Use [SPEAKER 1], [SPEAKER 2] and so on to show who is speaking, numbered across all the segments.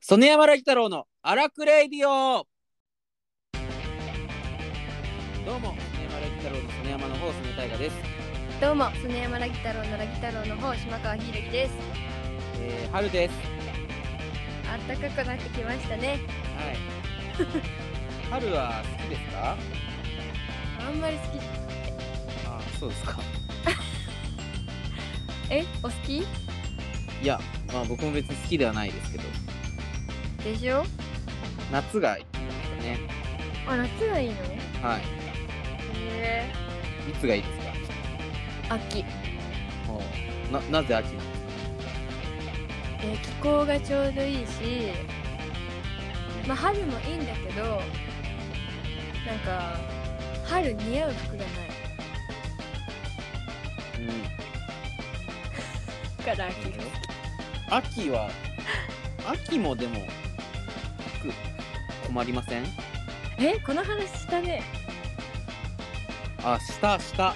[SPEAKER 1] 曽根山雷太郎の荒くレイディオどうも、曽根山雷太郎の曽根山の方、曽根大河です。
[SPEAKER 2] どうも、曽根山ラギ太郎のラギ太郎の方、島川ひるきです。
[SPEAKER 1] えー、春です。
[SPEAKER 2] あったかくなってきましたね。
[SPEAKER 1] はい。 春は好きですか
[SPEAKER 2] あんまり好き。
[SPEAKER 1] あそうですか。
[SPEAKER 2] え、お好き
[SPEAKER 1] いや、まあ僕も別に好きではないですけど、
[SPEAKER 2] でしょ
[SPEAKER 1] 夏がいいですかね。
[SPEAKER 2] あ、夏がいいのね。
[SPEAKER 1] はい。
[SPEAKER 2] へ
[SPEAKER 1] いつがいいですか
[SPEAKER 2] え。秋。
[SPEAKER 1] おうな、なぜ秋なの
[SPEAKER 2] え、気候がちょうどいいし、まあ春もいいんだけど、なんか、春似合う服がない。
[SPEAKER 1] うん。
[SPEAKER 2] から秋が。
[SPEAKER 1] 秋は、秋もでも、服困りません
[SPEAKER 2] え、この話したね。
[SPEAKER 1] あ、した、した。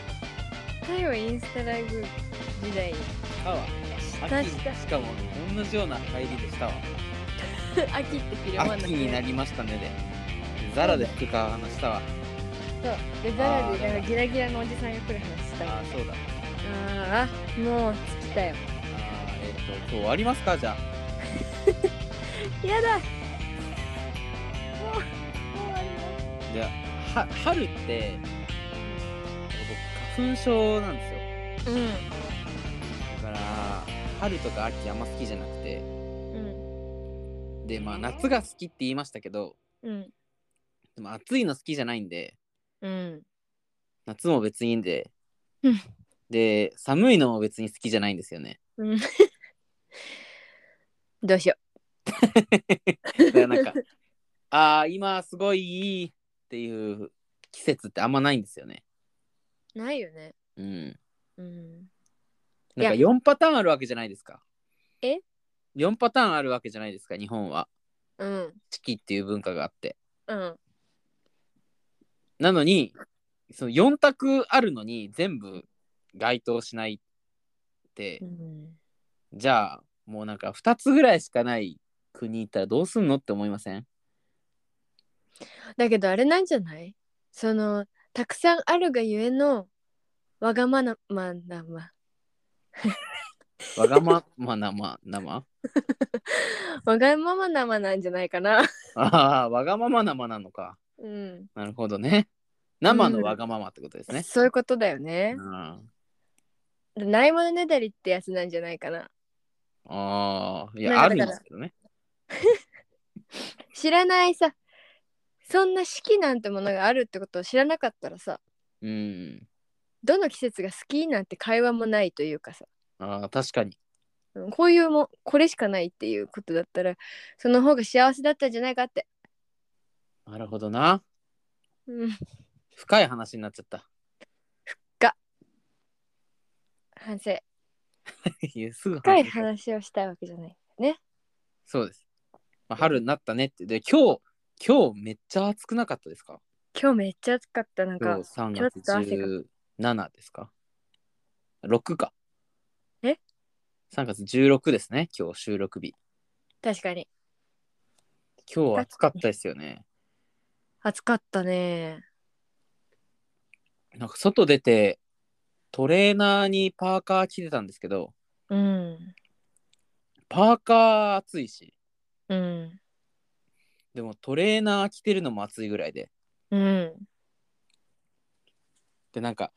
[SPEAKER 2] 太陽インスタライブ時代。
[SPEAKER 1] あわ。
[SPEAKER 2] した
[SPEAKER 1] 秋
[SPEAKER 2] した。
[SPEAKER 1] しかも同じような入りでしたわ
[SPEAKER 2] 秋ってフィルマン
[SPEAKER 1] 秋
[SPEAKER 2] だ
[SPEAKER 1] になりましたねでザラで服買う話したわ
[SPEAKER 2] そうでザラでなんかギラギラのおじさんが来る話したよ
[SPEAKER 1] あーそうだ
[SPEAKER 2] ああもう尽きたよ
[SPEAKER 1] あーえっ、と今日終わりますかじゃあ
[SPEAKER 2] やだもうもうあります
[SPEAKER 1] じゃあは春って僕花粉症なんですよ
[SPEAKER 2] う
[SPEAKER 1] だから春とか秋あんま好きじゃなくて
[SPEAKER 2] んうん
[SPEAKER 1] でまあ夏が好きって言いましたけど
[SPEAKER 2] うん
[SPEAKER 1] でも暑いの好きじゃないんで
[SPEAKER 2] うん
[SPEAKER 1] 夏も別にいいんで
[SPEAKER 2] うん
[SPEAKER 1] で寒いのも別に好きじゃないんですよね
[SPEAKER 2] うんどうしよ
[SPEAKER 1] だからなんか ああ今すごいいいっていう季節ってあんまないんですよね。
[SPEAKER 2] うないよね
[SPEAKER 1] うん。
[SPEAKER 2] うんい
[SPEAKER 1] な
[SPEAKER 2] や
[SPEAKER 1] んか4パターンあるわけじゃないですか。
[SPEAKER 2] え
[SPEAKER 1] ?4 パターンあるわけじゃないですか日本は。
[SPEAKER 2] うん
[SPEAKER 1] 四季っていう文化があって。
[SPEAKER 2] うん
[SPEAKER 1] なのにその4択あるのに全部該当しないって
[SPEAKER 2] うん
[SPEAKER 1] じゃあもうなんか2つぐらいしかない国行ったらどうすんのって思いません
[SPEAKER 2] だけどあれなんじゃないそのたくさんあるがゆえのわがまなまなま
[SPEAKER 1] わがまま 生生
[SPEAKER 2] わがままなまなんじゃないかな
[SPEAKER 1] ああわがまま生なのか。
[SPEAKER 2] うん
[SPEAKER 1] なるほどね。生のわがままってことですね。
[SPEAKER 2] そういうことだよね、
[SPEAKER 1] うん、あ
[SPEAKER 2] ないものねだりってやつなんじゃないかな
[SPEAKER 1] あ、いや、
[SPEAKER 2] な
[SPEAKER 1] あ
[SPEAKER 2] んか
[SPEAKER 1] る
[SPEAKER 2] だ
[SPEAKER 1] ん
[SPEAKER 2] から
[SPEAKER 1] ですけどね。
[SPEAKER 2] 知らないさそんな四季なんてものがあるってことを知らなかったらさ
[SPEAKER 1] うん。
[SPEAKER 2] どの季節が好きなんて会話もないというかさ
[SPEAKER 1] ああ、確かに。
[SPEAKER 2] うんこういうもんこれしかないっていうことだったらその方が幸せだったんじゃないかって、
[SPEAKER 1] なるほどな。
[SPEAKER 2] うん、
[SPEAKER 1] 深い話になっちゃった。
[SPEAKER 2] 反省
[SPEAKER 1] いやすぐ
[SPEAKER 2] 深い
[SPEAKER 1] 話した
[SPEAKER 2] 話をしたいわけじゃないね
[SPEAKER 1] そうです。まあ、春になったねって。で、今日、今日めっちゃ暑くなかったですか
[SPEAKER 2] 今日めっちゃ暑かったなん
[SPEAKER 1] 今
[SPEAKER 2] か
[SPEAKER 1] 日3
[SPEAKER 2] ちょっと汗が
[SPEAKER 1] 月17ですか ?6 か。
[SPEAKER 2] え
[SPEAKER 1] ?3 月16ですね、今日収録日。
[SPEAKER 2] 確かに
[SPEAKER 1] 今日は暑かったですよね。
[SPEAKER 2] 暑かったね
[SPEAKER 1] なんか外出てトレーナーにパーカー着てたんですけど
[SPEAKER 2] うん
[SPEAKER 1] パーカー暑いし
[SPEAKER 2] うん
[SPEAKER 1] でもトレーナー着てるのも暑いぐらいで
[SPEAKER 2] うん
[SPEAKER 1] でなんか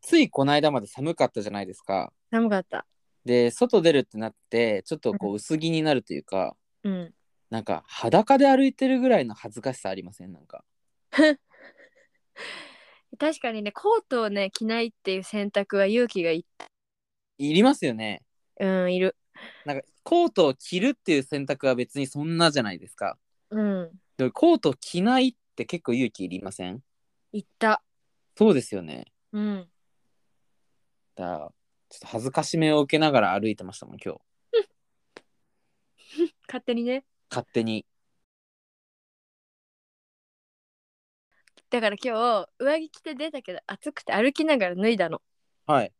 [SPEAKER 1] ついこの間まで寒かったじゃないですか
[SPEAKER 2] 寒かった
[SPEAKER 1] で外出るってなってちょっとこう薄着になるというか
[SPEAKER 2] うん
[SPEAKER 1] なんか裸で歩いてるぐらいの恥ずかしさありませんなんか
[SPEAKER 2] 確かにねコートをね着ないっていう選択は勇気がいっ
[SPEAKER 1] いりますよね
[SPEAKER 2] うんいる
[SPEAKER 1] なんかコートを着るっていう選択は別にそんなじゃないですか
[SPEAKER 2] うん
[SPEAKER 1] でもコートを着ないって結構勇気いりません
[SPEAKER 2] 行った。
[SPEAKER 1] そうですよね
[SPEAKER 2] うん。
[SPEAKER 1] だからちょっと恥ずかしめを受けながら歩いてましたもん今日
[SPEAKER 2] 勝手にね。
[SPEAKER 1] 勝手に
[SPEAKER 2] だから今日、上着着て出たけど、暑くて歩きながら脱いだの。
[SPEAKER 1] はい、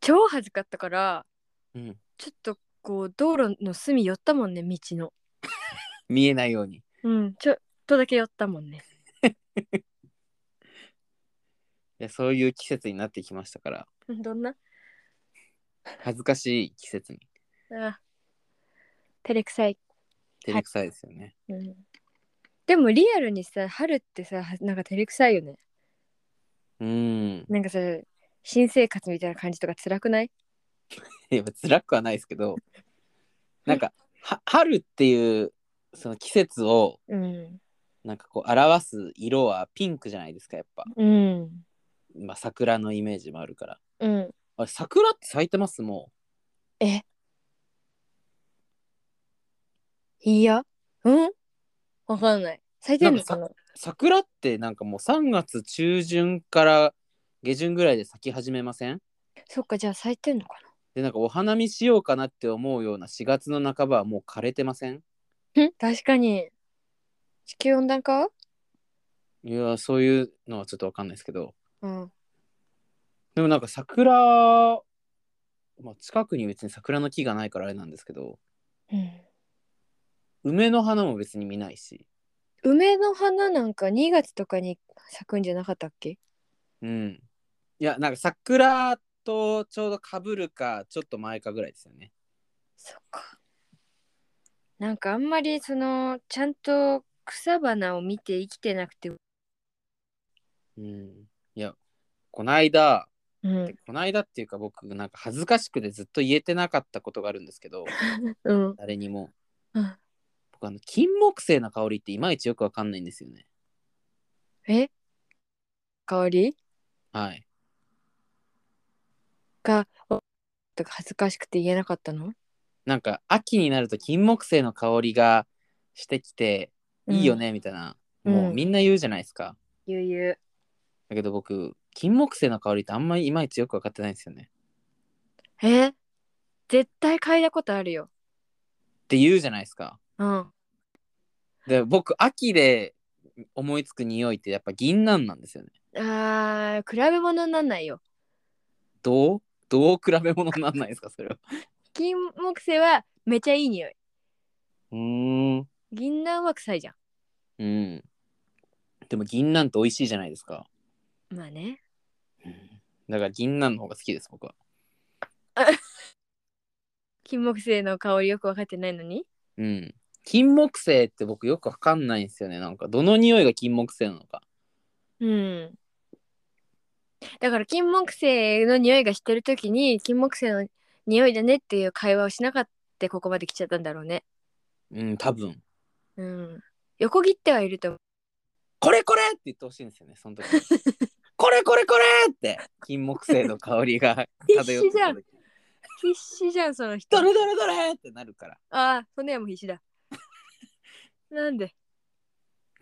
[SPEAKER 2] 超恥ずかったから、
[SPEAKER 1] うん、
[SPEAKER 2] ちょっとこう、道路の隅寄ったもんね、道の。
[SPEAKER 1] 見えないように。
[SPEAKER 2] うん、ちょっとだけ寄ったもんね。
[SPEAKER 1] いやそういう季節になってきましたから、
[SPEAKER 2] どんな
[SPEAKER 1] 恥ずかしい季節に。
[SPEAKER 2] あ照れくさい。
[SPEAKER 1] 照れくさいですよね。
[SPEAKER 2] うん、でもリアルにさ、春ってさ、なんか照れくさいよね。
[SPEAKER 1] うん。
[SPEAKER 2] なんかさ、新生活みたいな感じとか辛くない
[SPEAKER 1] いや、辛くはないですけど、なんか、は春っていう、その季節を、
[SPEAKER 2] うん。
[SPEAKER 1] なんかこう、表す色はピンクじゃないですか、やっぱ。
[SPEAKER 2] うん。
[SPEAKER 1] まあ、桜のイメージもあるから。
[SPEAKER 2] うん。
[SPEAKER 1] あれ、桜って咲いてますも
[SPEAKER 2] えいや。うんわかんない。咲いてんのかな
[SPEAKER 1] う。桜ってなんかもう3月中旬から下旬ぐらいで咲き始めません
[SPEAKER 2] そっか、じゃあ咲いてんのか
[SPEAKER 1] で、なんかお花見しようかなって思うような4月の半ばはもう枯れてません
[SPEAKER 2] な。ん確かに。地球温暖化
[SPEAKER 1] いや、そういうのはちょっとわかんないですけど。
[SPEAKER 2] うん。
[SPEAKER 1] でもなんか桜、まあ、近くに別に桜の木がないからあれなんですけど
[SPEAKER 2] うん。梅
[SPEAKER 1] 梅の花も別に見ないし、
[SPEAKER 2] 梅の花なんか2月とかに咲くんじゃなかったっけ
[SPEAKER 1] うん、いやなんか桜とちょうどかぶるかちょっと前かぐらいですよね
[SPEAKER 2] そっか。なんかあんまりそのちゃんと草花を見て生きてなくて。
[SPEAKER 1] うんいやこないだ
[SPEAKER 2] うん。
[SPEAKER 1] こないだっていうか僕なんか恥ずかしくてずっと言えてなかったことがあるんですけ ど
[SPEAKER 2] うん。
[SPEAKER 1] 誰にも
[SPEAKER 2] うん
[SPEAKER 1] 僕あの金木犀の香りっていまいちよくわかんないんですよね
[SPEAKER 2] え香り
[SPEAKER 1] はい
[SPEAKER 2] がとか恥ずかしくて言えなかったの
[SPEAKER 1] なんか秋になると金木犀の香りがしてきていいよ。ねみたいな、
[SPEAKER 2] うん
[SPEAKER 1] もうみんな言うじゃないですか、
[SPEAKER 2] ゆうゆう。
[SPEAKER 1] だけど僕金木犀の香りってあんまりいまいちよく分かってないんですよね
[SPEAKER 2] え絶対嗅いだことあるよ。
[SPEAKER 1] って言うじゃないですか
[SPEAKER 2] うん。
[SPEAKER 1] で僕秋で思いつく匂いってやっぱ銀杏なんですよね
[SPEAKER 2] あー、比べ物になんないよ。
[SPEAKER 1] どうどう比べ物になんないですかそれは
[SPEAKER 2] 金木犀はめちゃいい匂い。
[SPEAKER 1] うーん
[SPEAKER 2] 銀杏は臭いじゃ
[SPEAKER 1] うんでも銀杏って美味しいじゃないですか、
[SPEAKER 2] ん。まあね。
[SPEAKER 1] だから銀杏の方が好きです僕は
[SPEAKER 2] 金木犀の香りよく分かってないのに。
[SPEAKER 1] うん金木犀って僕よく分かんないんですよねなんかどの匂いが金木犀なのか
[SPEAKER 2] うん。だから金木犀の匂いがしてる時に金木犀の匂いだねっていう会話をしなかったここまで来ちゃったんだろうね。
[SPEAKER 1] うん多分
[SPEAKER 2] うん。横切ってはいると思う。
[SPEAKER 1] これこれって言ってほしいんですよね、そ の時。これこれこれって、金木犀の香りが漂って
[SPEAKER 2] 必死じゃん
[SPEAKER 1] くる
[SPEAKER 2] 必死じゃんその人。
[SPEAKER 1] ど
[SPEAKER 2] あ
[SPEAKER 1] れどれどれってなるから。
[SPEAKER 2] あー、骨も必 死だ。なんで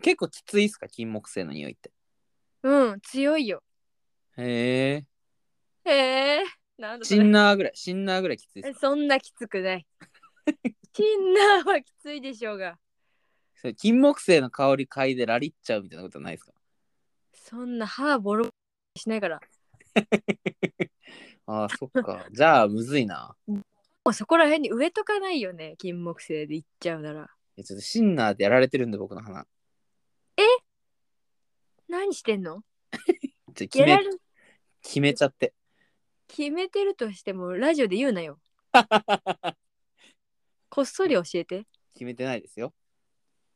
[SPEAKER 1] 結構きついっすか、金木犀の匂いって。
[SPEAKER 2] うん、強いよ。
[SPEAKER 1] へえ。
[SPEAKER 2] へえ。なんだそ
[SPEAKER 1] シ
[SPEAKER 2] れ
[SPEAKER 1] ンナーぐらい、シンナーぐらいきついっすか。
[SPEAKER 2] そんなきつく ない。チンナーはきついでしょうが。
[SPEAKER 1] それ金木犀の香り嗅いでラリっちゃうみたいなことないですか
[SPEAKER 2] そんな歯ボロボロしないから。
[SPEAKER 1] ああ、そっか。じゃあ、むずいな。
[SPEAKER 2] もうそこら辺に植えとかないよね。金木犀でいっちゃうなら。
[SPEAKER 1] いやちょっとシンナーでやられてるんで、僕の鼻。
[SPEAKER 2] 何してんの
[SPEAKER 1] ちょ決
[SPEAKER 2] やら
[SPEAKER 1] め
[SPEAKER 2] れ
[SPEAKER 1] 決めちゃって。
[SPEAKER 2] 決めてるとしてもラジオで言うなよ。こっそり教えて。
[SPEAKER 1] 決めてないですよ。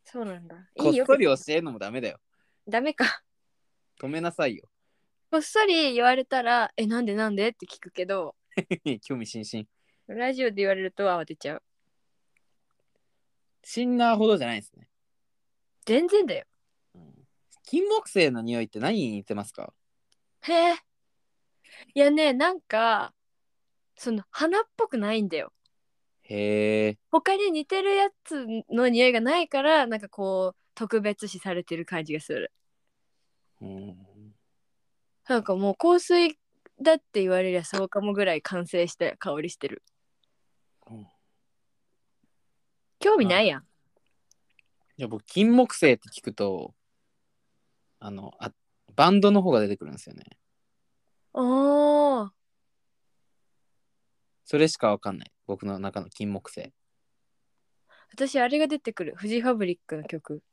[SPEAKER 2] そうなんだ。
[SPEAKER 1] こ
[SPEAKER 2] い
[SPEAKER 1] っ
[SPEAKER 2] いよ。
[SPEAKER 1] そり教えるのもダメだよ。
[SPEAKER 2] ダメか。
[SPEAKER 1] 止めなさいよ。
[SPEAKER 2] こっそり言われたら、え、なんでなんでって聞くけど、
[SPEAKER 1] 興味津々。
[SPEAKER 2] ラジオで言われると慌てちゃう。
[SPEAKER 1] シンナーほどじゃないですね。
[SPEAKER 2] 全然だよ。
[SPEAKER 1] 金木犀の匂いって何に似てますか
[SPEAKER 2] へえ。いやね、なんか、その花っぽくないんだよ。
[SPEAKER 1] へえ。
[SPEAKER 2] 他に似てるやつの匂いがないから、なんかこう、特別視されてる感じがする。
[SPEAKER 1] うん、
[SPEAKER 2] なんかもう香水だって言われりゃそうかもぐらい完成した香りしてる
[SPEAKER 1] うん。
[SPEAKER 2] 興味ないやん。
[SPEAKER 1] いや僕金木犀って聞くとあのあバンドの方が出てくるんですよね。
[SPEAKER 2] おー
[SPEAKER 1] それしかわかんない僕の中の金木犀。
[SPEAKER 2] 私あれが出てくるフジファブリックの曲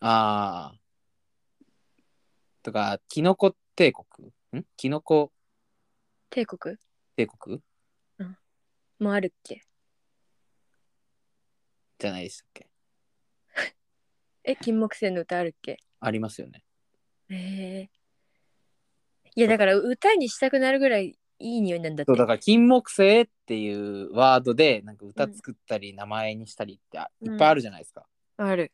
[SPEAKER 1] ああ。とか、キノコ帝国んキノコ
[SPEAKER 2] 帝国
[SPEAKER 1] 帝国
[SPEAKER 2] もあるっけ
[SPEAKER 1] じゃないでしたっけ
[SPEAKER 2] え金木犀の歌あるっけ
[SPEAKER 1] ありますよね。
[SPEAKER 2] えー、いやだから歌にしたくなるぐらいいい匂いなんだって
[SPEAKER 1] そうだから、金木犀っていうワードで、なんか歌作ったり、名前にしたりってあいっぱいあるじゃないですか。
[SPEAKER 2] ある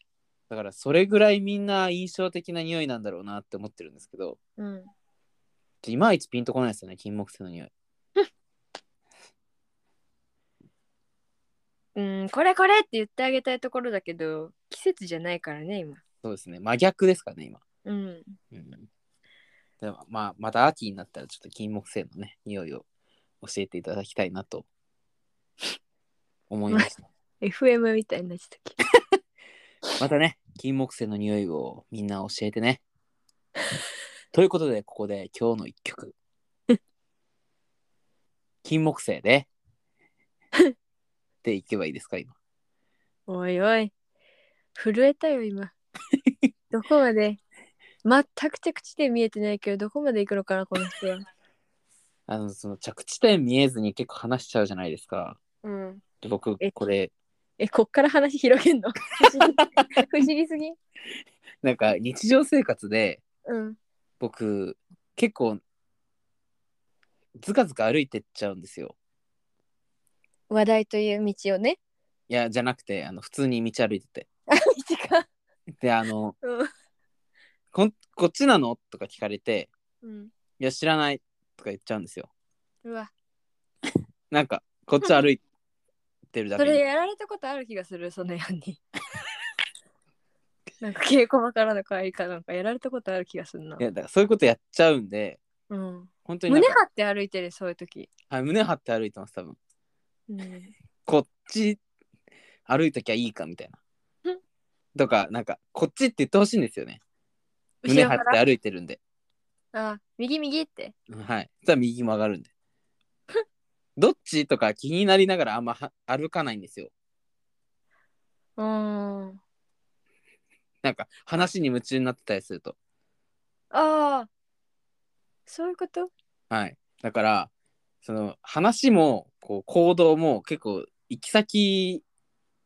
[SPEAKER 1] だから、それぐらいみんな印象的な匂いなんだろうなって思ってるんですけど、
[SPEAKER 2] うん
[SPEAKER 1] いまいちピンとこないですよね、金木犀の匂い。
[SPEAKER 2] うんこれこれって言ってあげたいところだけど季節じゃないからね今
[SPEAKER 1] そうですね、真逆ですからね、今。
[SPEAKER 2] うん
[SPEAKER 1] うん。でも、まあ、また秋になったら、ちょっと金木犀のね、匂いを教えていただきたいなと 思いま した。
[SPEAKER 2] FM みたいになってたっ
[SPEAKER 1] またね、金木犀の匂いをみんな教えてね。 ということで、ここで今日の一 曲。金木犀 で。っていけばいいですか、今。
[SPEAKER 2] おいおい震えたよ今 どこまで全く着地点見えてないけどどこまで行くのかなこの人は
[SPEAKER 1] あの、その着地点見えずに結構話しちゃうじゃないですか。
[SPEAKER 2] うん
[SPEAKER 1] で僕
[SPEAKER 2] え、
[SPEAKER 1] これ、
[SPEAKER 2] えこっから話広 げんの不思議不思議すぎ
[SPEAKER 1] なんか日常生活で
[SPEAKER 2] うん
[SPEAKER 1] 僕、結構、ずかずか歩いてっちゃうんですよ。
[SPEAKER 2] 話題という道をね
[SPEAKER 1] いや、じゃなくて、あの普通に道歩いてて。
[SPEAKER 2] 道か
[SPEAKER 1] で、あの、
[SPEAKER 2] うん
[SPEAKER 1] こんこっちなのとか聞かれて、
[SPEAKER 2] うん
[SPEAKER 1] いや知らないとか言っちゃうんですよ
[SPEAKER 2] うわ
[SPEAKER 1] なんかこっち歩いてるだ
[SPEAKER 2] そ
[SPEAKER 1] け
[SPEAKER 2] れ
[SPEAKER 1] で、
[SPEAKER 2] やられたことある気がするそのようになんか稽古場からの帰りかなんかやられたことある気がするない
[SPEAKER 1] やだからそういうことやっちゃうんで
[SPEAKER 2] うん、
[SPEAKER 1] 本当になん
[SPEAKER 2] 胸
[SPEAKER 1] か
[SPEAKER 2] 張って歩いてるそういう時、
[SPEAKER 1] はい胸張って歩いてます多分
[SPEAKER 2] うん、
[SPEAKER 1] こっち歩いときゃいいかみたいな
[SPEAKER 2] うん
[SPEAKER 1] とかなんかこっちって言ってほしいんですよね
[SPEAKER 2] 後
[SPEAKER 1] 胸
[SPEAKER 2] ろ
[SPEAKER 1] 張
[SPEAKER 2] か
[SPEAKER 1] って
[SPEAKER 2] ら
[SPEAKER 1] 歩いてるんで
[SPEAKER 2] あ右右って
[SPEAKER 1] うんはいそしたら右曲がるんで どっちとか気になりながらあんまは歩かないんですよ
[SPEAKER 2] うん
[SPEAKER 1] なんか話に夢中になってたりすると
[SPEAKER 2] ああそういうこと
[SPEAKER 1] はい。だから、その話もこう行動も結構行き先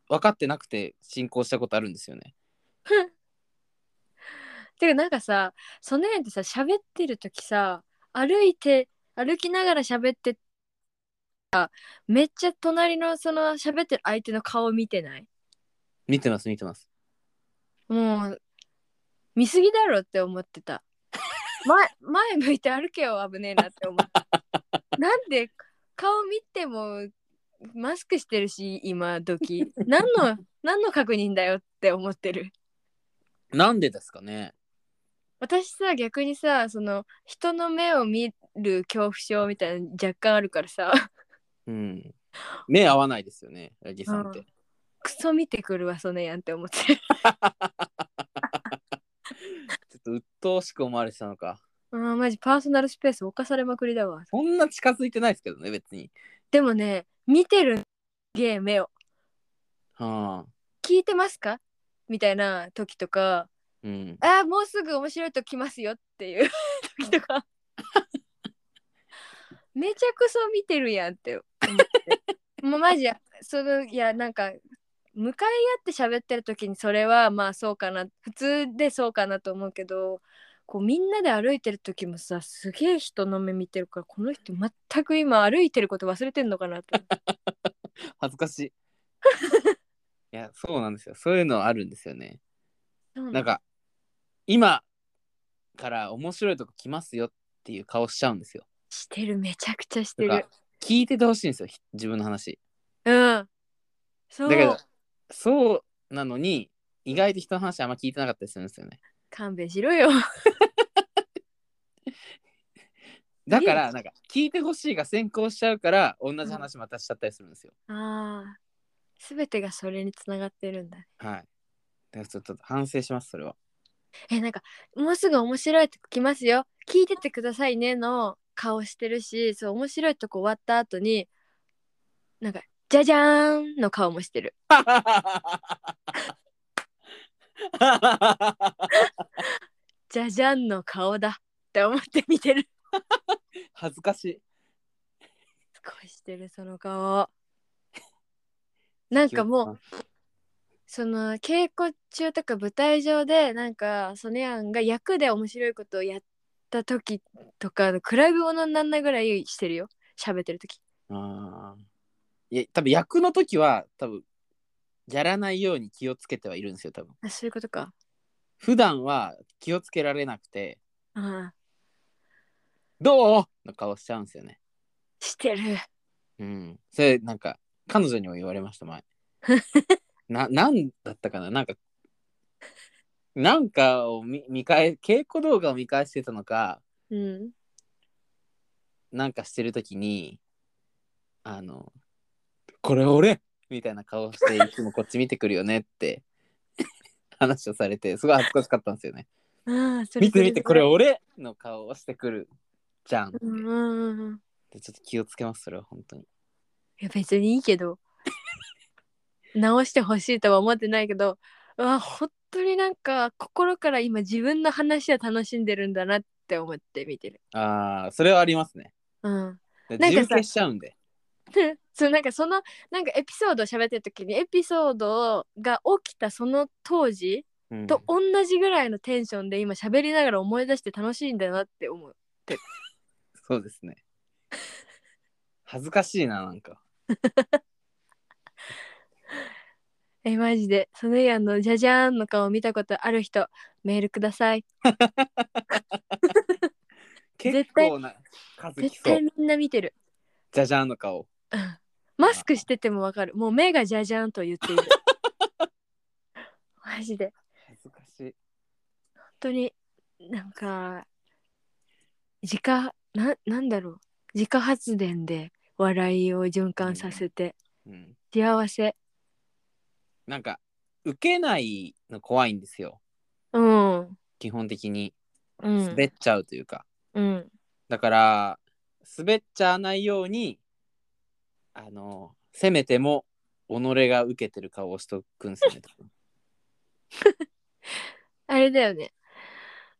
[SPEAKER 1] 分かってなくて進行したことあるんですよね。
[SPEAKER 2] てかなんかさその辺でさ喋ってる時さ歩いて歩きながら喋ってあめっちゃ隣のその喋ってる相手の顔見てない
[SPEAKER 1] 見てます見てます。
[SPEAKER 2] もう見すぎだろって思って た前前向いて歩けよ危ねえなって思った なんで顔見てもマスクしてるし今時何の 何の確認だよって思ってる
[SPEAKER 1] なんでですかね
[SPEAKER 2] 私さ逆にさその人の目を見る恐怖症みたいなの若干あるからさ
[SPEAKER 1] うん。目合わないですよね、八木さんって。
[SPEAKER 2] クソ見てくるわそねやんって思って る
[SPEAKER 1] ちょっと鬱陶しく思われてたのか。
[SPEAKER 2] うんマジパーソナルスペース侵されまくりだわ
[SPEAKER 1] そんな近づいてないですけどね、別に。
[SPEAKER 2] でもね見てるゲー目を
[SPEAKER 1] はあ。
[SPEAKER 2] 聞いてますかみたいな時とか
[SPEAKER 1] うん。
[SPEAKER 2] あーもうすぐ面白いときますよっていう時とか めちゃくそ見てるやんって思 ってもうマジそのいやなんか向かい合って喋ってる時にそれはまあそうかな普通でそうかなと思うけどこうみんなで歩いてる時もさすげえ人の目見てるからこの人全く今歩いてること忘れてんのかなと思って
[SPEAKER 1] 恥ずかしい。いや、そうなんですよ。そういうのあるんですよね。
[SPEAKER 2] そ う
[SPEAKER 1] なんか、今から面白いとこ来ますよっていう顔しちゃうんですよ。
[SPEAKER 2] してるめちゃくちゃして
[SPEAKER 1] とか
[SPEAKER 2] る
[SPEAKER 1] 聞いててほしいんですよひ自分の話
[SPEAKER 2] うんそう
[SPEAKER 1] だけどそうなのに意外と人の話あんま聞いてなかったりするんですよね
[SPEAKER 2] 勘弁しろよ
[SPEAKER 1] だか
[SPEAKER 2] い
[SPEAKER 1] ら
[SPEAKER 2] え
[SPEAKER 1] なんか聞いてほしいが先行しちゃうから同じ話またしちゃったりするんですよ、
[SPEAKER 2] ああ、すべてがそれにつながってるんだ。
[SPEAKER 1] はいだからちょっと反省しますそれ は
[SPEAKER 2] え、なんか、もうすぐ面白いとこ来ますよ。聞いててくださいねの顔してるし、そう、面白いとこ終わった後に、なんか、じゃじゃーんの顔もしてる。じゃじゃんの顔だって思って見てる。
[SPEAKER 1] 恥ずかしい。
[SPEAKER 2] すごいしてるその顔。なんかもうその稽古中とか舞台上でなんかソネアンが役で面白いことをやった時とかの比べ物にならないぐらいしてるよ喋ってる時
[SPEAKER 1] あーいや多分役の時は多分やらないように気をつけてはいるんですよ多分
[SPEAKER 2] あそういうことか
[SPEAKER 1] 普段は気をつけられなくて
[SPEAKER 2] ああ
[SPEAKER 1] 「どう?」の顔しちゃうんですよね
[SPEAKER 2] してる
[SPEAKER 1] うんそれなんか彼女にも言われました前ななんだったかななんかなんかを見見返稽古動画を見返してたのか
[SPEAKER 2] うん
[SPEAKER 1] なんかしてる時にあの「これ俺!」みたいな顔していつもこっち見てくるよねって 話をされてすごい恥ずかしかったんですよね。
[SPEAKER 2] ああそ
[SPEAKER 1] 見て見てこれ
[SPEAKER 2] を
[SPEAKER 1] 俺の顔をしてくるじゃんって
[SPEAKER 2] うんうんうん
[SPEAKER 1] でちょっと気をつけますそれは本当に。
[SPEAKER 2] いや別にいいけど 直してほしいとは思ってないけどうわ本当になんか心から今自分の話を楽しんでるんだなって思って見てる
[SPEAKER 1] ああそれはありますね。
[SPEAKER 2] うん
[SPEAKER 1] で
[SPEAKER 2] なんか
[SPEAKER 1] 自
[SPEAKER 2] さ
[SPEAKER 1] 分消しちゃうんで。
[SPEAKER 2] そうなんかそのなんかエピソードを喋ってる時にエピソードが起きたその当時
[SPEAKER 1] うん
[SPEAKER 2] と同じぐらいのテンションで今喋りながら思い出して楽しいんだなって思う
[SPEAKER 1] そうですね。恥ずかしいななんか。
[SPEAKER 2] えマジでそのやんのじゃじゃーんの顔見たことある人メールください
[SPEAKER 1] 結構な数き
[SPEAKER 2] 絶
[SPEAKER 1] そ
[SPEAKER 2] 対
[SPEAKER 1] う。
[SPEAKER 2] みんな見てる
[SPEAKER 1] じゃじゃんの顔。
[SPEAKER 2] マスクしててもわかるもう目がじゃじゃーんと言って いるマジで
[SPEAKER 1] 恥ずかしい。
[SPEAKER 2] 本当になんか自家ななんだろう自家発電で笑いを循環させて
[SPEAKER 1] うん、
[SPEAKER 2] 幸せ
[SPEAKER 1] なんか受けないの怖いんですよ
[SPEAKER 2] うん
[SPEAKER 1] 基本的に
[SPEAKER 2] うん
[SPEAKER 1] 滑っちゃうというか、
[SPEAKER 2] うん
[SPEAKER 1] だから滑っちゃわないようにあのせめても己が受けてる顔をしとくんですよね多分
[SPEAKER 2] あれだよね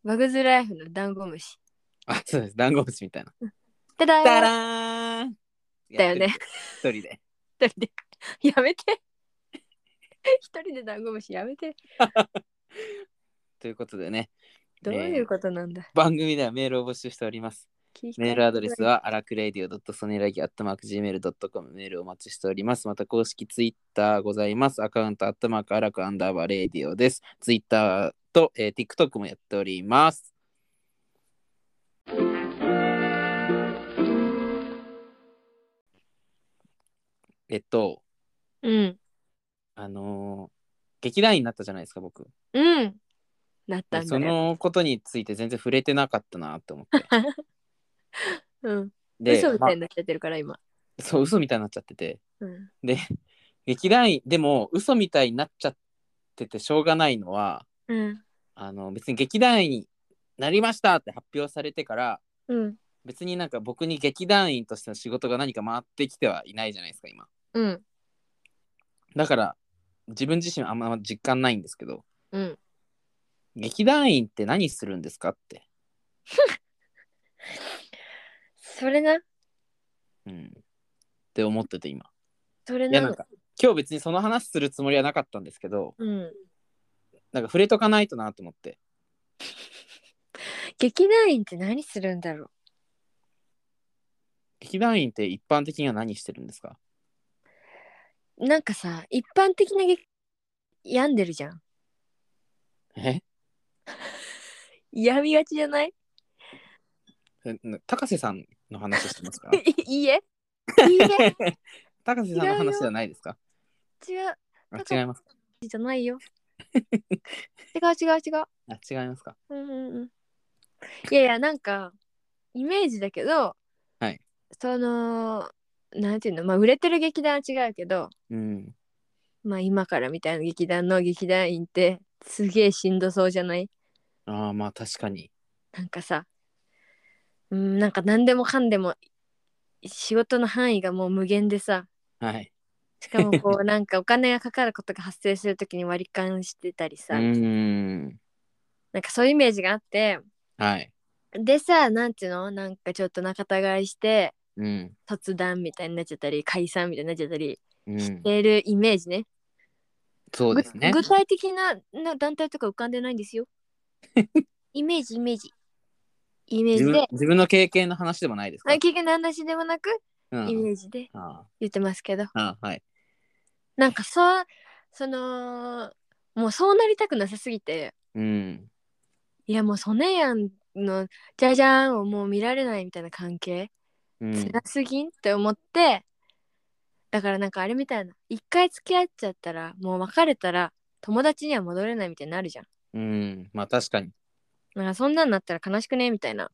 [SPEAKER 2] バグズライフのダンゴムシ
[SPEAKER 1] あそうですダンゴムシみたいな
[SPEAKER 2] ただー
[SPEAKER 1] ダラーン
[SPEAKER 2] だよね
[SPEAKER 1] やってる一人で
[SPEAKER 2] 一人でやめて 一人でダンゴムシやめて
[SPEAKER 1] ということでね
[SPEAKER 2] どういうことなんだ、
[SPEAKER 1] 番組ではメールを募集しております
[SPEAKER 2] 聞いた
[SPEAKER 1] メールアドレスは、アラクレイディオソネラギアットマーク Gmail.com メールお待ちしております。また公式ツイッターございます。アカウントアットマークアラクアンダーバーレイディオです。ツイッターと、えー、TikTok もやっております。えっと、
[SPEAKER 2] うん
[SPEAKER 1] あのー劇団員になったじゃないですか、僕。
[SPEAKER 2] うんなったんだ
[SPEAKER 1] そ
[SPEAKER 2] よ、
[SPEAKER 1] のことについて全然触れてなかったなと思って。
[SPEAKER 2] うん、
[SPEAKER 1] で、
[SPEAKER 2] 嘘みたいに
[SPEAKER 1] ま
[SPEAKER 2] なっちゃってるから今、
[SPEAKER 1] あそう、嘘みたいになっちゃってて。
[SPEAKER 2] うん、
[SPEAKER 1] で 劇団員でも嘘みたいになっちゃっててしょうがないのは
[SPEAKER 2] うん
[SPEAKER 1] あの別に劇団員になりましたって発表されてから
[SPEAKER 2] うん
[SPEAKER 1] 別になんか僕に劇団員としての仕事が何か回ってきてはいないじゃないですか今
[SPEAKER 2] うん
[SPEAKER 1] だから自分自身はあんま実感ないんですけど
[SPEAKER 2] うん
[SPEAKER 1] 劇団員って何するんですかって、
[SPEAKER 2] それな
[SPEAKER 1] うん、って思ってて今
[SPEAKER 2] それ
[SPEAKER 1] い
[SPEAKER 2] な
[SPEAKER 1] や
[SPEAKER 2] の
[SPEAKER 1] なんか今日別にその話するつもりはなかったんですけど
[SPEAKER 2] うん、
[SPEAKER 1] なんか触れとかないとなと思って
[SPEAKER 2] 劇団員って何するんだろう
[SPEAKER 1] 劇団員って一般的には何してるんですか
[SPEAKER 2] なんかさ一般的な劇病んでるじゃん
[SPEAKER 1] え
[SPEAKER 2] 病みがちじゃない
[SPEAKER 1] えな高瀬さんの話してますか
[SPEAKER 2] いいえ。いいえ。
[SPEAKER 1] 高瀬さんの話じゃないですか
[SPEAKER 2] 違う。
[SPEAKER 1] あ
[SPEAKER 2] 高瀬
[SPEAKER 1] 違いますか
[SPEAKER 2] じゃないよ。違う違う違う。
[SPEAKER 1] あ違いますか
[SPEAKER 2] うんうんうん。いやいや、なんか、イメージだけど、
[SPEAKER 1] はい
[SPEAKER 2] その、なんていうの、まあ、売れてる劇団は違うけど、
[SPEAKER 1] うん
[SPEAKER 2] まあ、今からみたいな劇団の劇団員って、すげえしんどそうじゃない
[SPEAKER 1] ああまあ確かに
[SPEAKER 2] なんかさ、うん、なんか何でもかんでも、仕事の範囲がもう無限でさ、
[SPEAKER 1] はい
[SPEAKER 2] しかも こうなんかお金がかかることが発生するときに割り勘してたり
[SPEAKER 1] う
[SPEAKER 2] さ、
[SPEAKER 1] ーん。
[SPEAKER 2] なんかそういうイメージがあって
[SPEAKER 1] はい。
[SPEAKER 2] でさなんていうのなんかちょっと仲違いして
[SPEAKER 1] うん。
[SPEAKER 2] 突談みたいになっちゃったり解散みたいになっちゃったり
[SPEAKER 1] うん
[SPEAKER 2] してるイメージね,
[SPEAKER 1] そ
[SPEAKER 2] ぐ、
[SPEAKER 1] うですね。
[SPEAKER 2] 具体的なな団体とか浮かんでないんですよイメージイメージイメー
[SPEAKER 1] 自
[SPEAKER 2] ジ
[SPEAKER 1] 分
[SPEAKER 2] で
[SPEAKER 1] 自分の経験の話でもないですか
[SPEAKER 2] あ結局何の話でもなく、
[SPEAKER 1] う
[SPEAKER 2] イ
[SPEAKER 1] ん。
[SPEAKER 2] メージで
[SPEAKER 1] あ
[SPEAKER 2] 言ってますけど
[SPEAKER 1] あ、ああはい。
[SPEAKER 2] なんかそうそのもうそうなりたくなさすぎて
[SPEAKER 1] うん。
[SPEAKER 2] いやもうソネヤンのじゃじゃーんをもう見られないみたいな関係
[SPEAKER 1] うん
[SPEAKER 2] 辛、すぎんって思ってだからなんかあれみたいな一回付き合っちゃったらもう別れたら友達には戻れないみたいになるじゃん
[SPEAKER 1] うん。まあ確かに。
[SPEAKER 2] なんかそんなんなったら悲しくねみたいな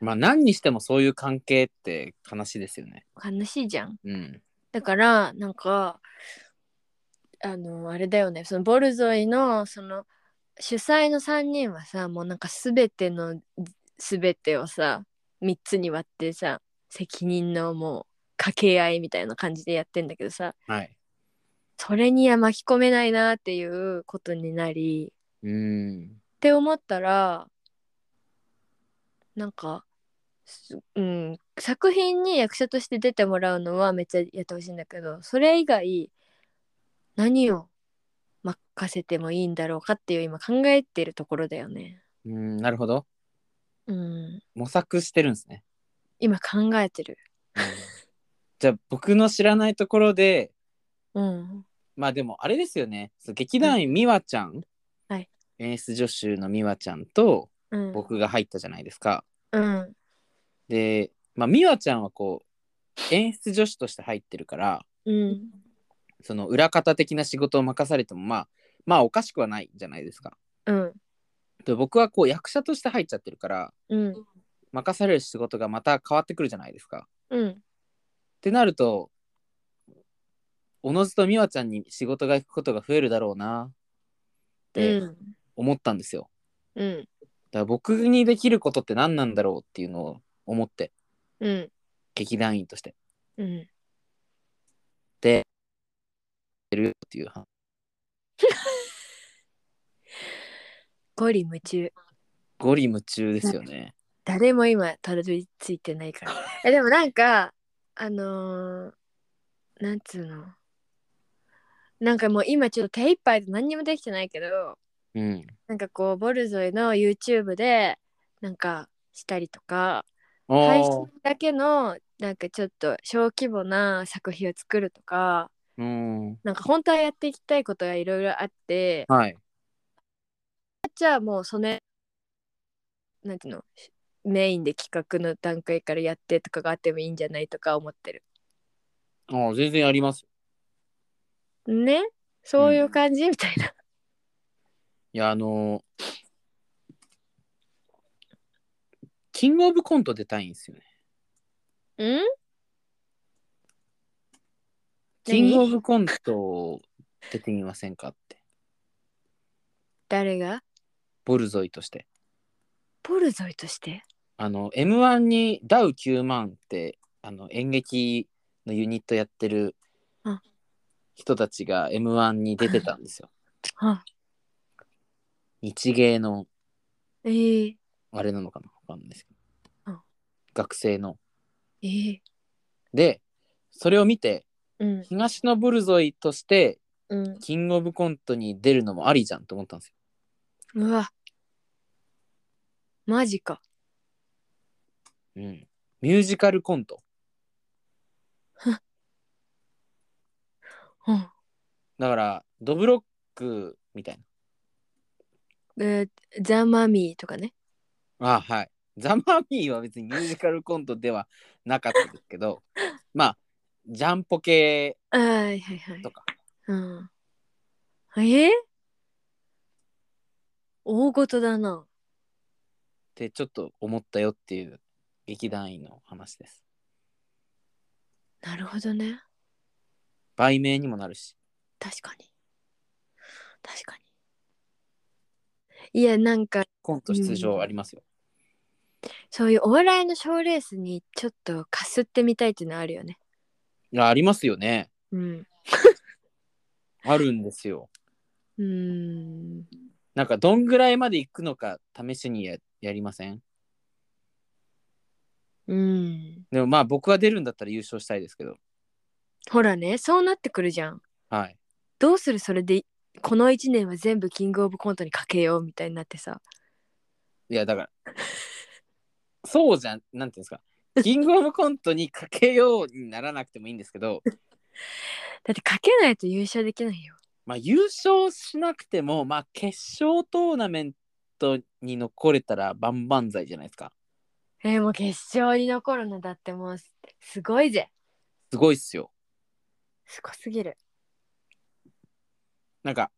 [SPEAKER 1] まあ何にしてもそういう関係って悲しいですよね。
[SPEAKER 2] 悲しいじゃん
[SPEAKER 1] うん。
[SPEAKER 2] だからなんかあのあれだよねそのボルゾイのその主催の3人はさもうなんか全ての全てをさ3つに割ってさ責任のもう掛け合いみたいな感じでやってんだけどさ
[SPEAKER 1] はい。
[SPEAKER 2] それには巻き込めないなっていうことになり
[SPEAKER 1] うん。
[SPEAKER 2] って思ったらなんか、すうん、作品に役者として出てもらうのはめっちゃやってほしいんだけどそれ以外何を任せてもいいんだろうかっていう今考えてるところだよね。
[SPEAKER 1] うん。なるほど。
[SPEAKER 2] うん、
[SPEAKER 1] 模索してるんですね。
[SPEAKER 2] 今考えてる。
[SPEAKER 1] うんじゃあ僕の知らないところで、
[SPEAKER 2] うん、
[SPEAKER 1] まあでもあれですよね。そう劇団員美和ちゃん、
[SPEAKER 2] はい
[SPEAKER 1] 演出助手の美和ちゃんと
[SPEAKER 2] うん、
[SPEAKER 1] 僕が入ったじゃないですか。
[SPEAKER 2] うん、
[SPEAKER 1] で、まあ、美和ちゃんはこう演出助手として入ってるから
[SPEAKER 2] うん、
[SPEAKER 1] その裏方的な仕事を任されてもまあまあおかしくはないじゃないですか。
[SPEAKER 2] うん、
[SPEAKER 1] で僕はこう役者として入っちゃってるから
[SPEAKER 2] うん、
[SPEAKER 1] 任される仕事がまた変わってくるじゃないですか。っ
[SPEAKER 2] うん、
[SPEAKER 1] てなるとおのずと美和ちゃんに仕事が行くことが増えるだろうなって
[SPEAKER 2] うん、
[SPEAKER 1] 思ったんですよ。
[SPEAKER 2] うん、
[SPEAKER 1] だから僕にできることって何なんだろうっていうのを思って
[SPEAKER 2] うん、
[SPEAKER 1] 劇団員として
[SPEAKER 2] うん、
[SPEAKER 1] やるっていう話
[SPEAKER 2] ゴリ夢中。
[SPEAKER 1] ゴリ夢中ですよね。
[SPEAKER 2] 誰も今たどり着いてな いからえでもなんかあのー、なんつうのなんかもう今ちょっと手一杯で何にもできてないけど
[SPEAKER 1] うん。
[SPEAKER 2] なんかこうボルゾイの YouTube でなんかしたりとか
[SPEAKER 1] お
[SPEAKER 2] 配
[SPEAKER 1] ー
[SPEAKER 2] 信だけのなんかちょっと小規模な作品を作るとか
[SPEAKER 1] うん。
[SPEAKER 2] なんか本当はやっていきたいことがいろいろあって
[SPEAKER 1] はい。
[SPEAKER 2] じゃあもうそれなんていうのメインで企画の段階からやってとかがあってもいいんじゃないとか思ってる
[SPEAKER 1] ああ、全然あります。
[SPEAKER 2] ねそういう感じ、みたいない
[SPEAKER 1] や、あのーキングオブコント出たいんですよね。
[SPEAKER 2] うん
[SPEAKER 1] キングオブコント出てみませんかって。
[SPEAKER 2] 誰が
[SPEAKER 1] ボルゾイとして。
[SPEAKER 2] ポルゾイとして
[SPEAKER 1] あの、M1 にダウ9万って、あの、演劇のユニットやってる
[SPEAKER 2] うん
[SPEAKER 1] 人たちが M1 に出てたんですよ。
[SPEAKER 2] は
[SPEAKER 1] 日芸の、
[SPEAKER 2] えー、
[SPEAKER 1] あれなのかなわかんないですけど。
[SPEAKER 2] うん
[SPEAKER 1] 学生の。
[SPEAKER 2] えー、
[SPEAKER 1] で、それを見て、
[SPEAKER 2] うん
[SPEAKER 1] 東のボルゾイとして
[SPEAKER 2] うん
[SPEAKER 1] キングオブコントに出るのもありじゃんと思ったんですよ。
[SPEAKER 2] うわマジか
[SPEAKER 1] うん、ミュージカルコント。
[SPEAKER 2] うん
[SPEAKER 1] だから、ドブロックみたい
[SPEAKER 2] えー、ザ・マミーとかね
[SPEAKER 1] な。あはい。ザ・マミーは別にミュージカルコントではなかったですけど、まあ、ジャンポ系
[SPEAKER 2] あーはいはいはい
[SPEAKER 1] とか、
[SPEAKER 2] うんえー、大事だな
[SPEAKER 1] ってちょっと思ったよっていう劇団員の話です。
[SPEAKER 2] なるほどね
[SPEAKER 1] 売名にもなるし。
[SPEAKER 2] 確かに確かにいやなんか
[SPEAKER 1] コント出場ありますよ。
[SPEAKER 2] そういうお笑いの賞ーレースにちょっとかすってみたいっていうのあるよね
[SPEAKER 1] いやありますよね。
[SPEAKER 2] うん
[SPEAKER 1] あるんですよ。
[SPEAKER 2] うーん
[SPEAKER 1] なんかどんぐらいまで行くのか試しにややりません
[SPEAKER 2] うん
[SPEAKER 1] でもまあ僕は出るんだったら優勝したいですけど。
[SPEAKER 2] ほらねそうなってくるじゃん
[SPEAKER 1] はい。
[SPEAKER 2] どうするそれでこの1年は全部キングオブコントにかけようみたいになってさ
[SPEAKER 1] いやだからそうじゃんなんていうんですか。キングオブコントにかけようにならなくてもいいんですけど、
[SPEAKER 2] だってかけないと優勝できないよ
[SPEAKER 1] まあ優勝しなくても、まあ決勝トーナメントに残れたら万々歳じゃないですか。
[SPEAKER 2] えーもう決勝に残るのだってもうすすごいぜ
[SPEAKER 1] すごいっすよ。
[SPEAKER 2] すごすぎる
[SPEAKER 1] なんか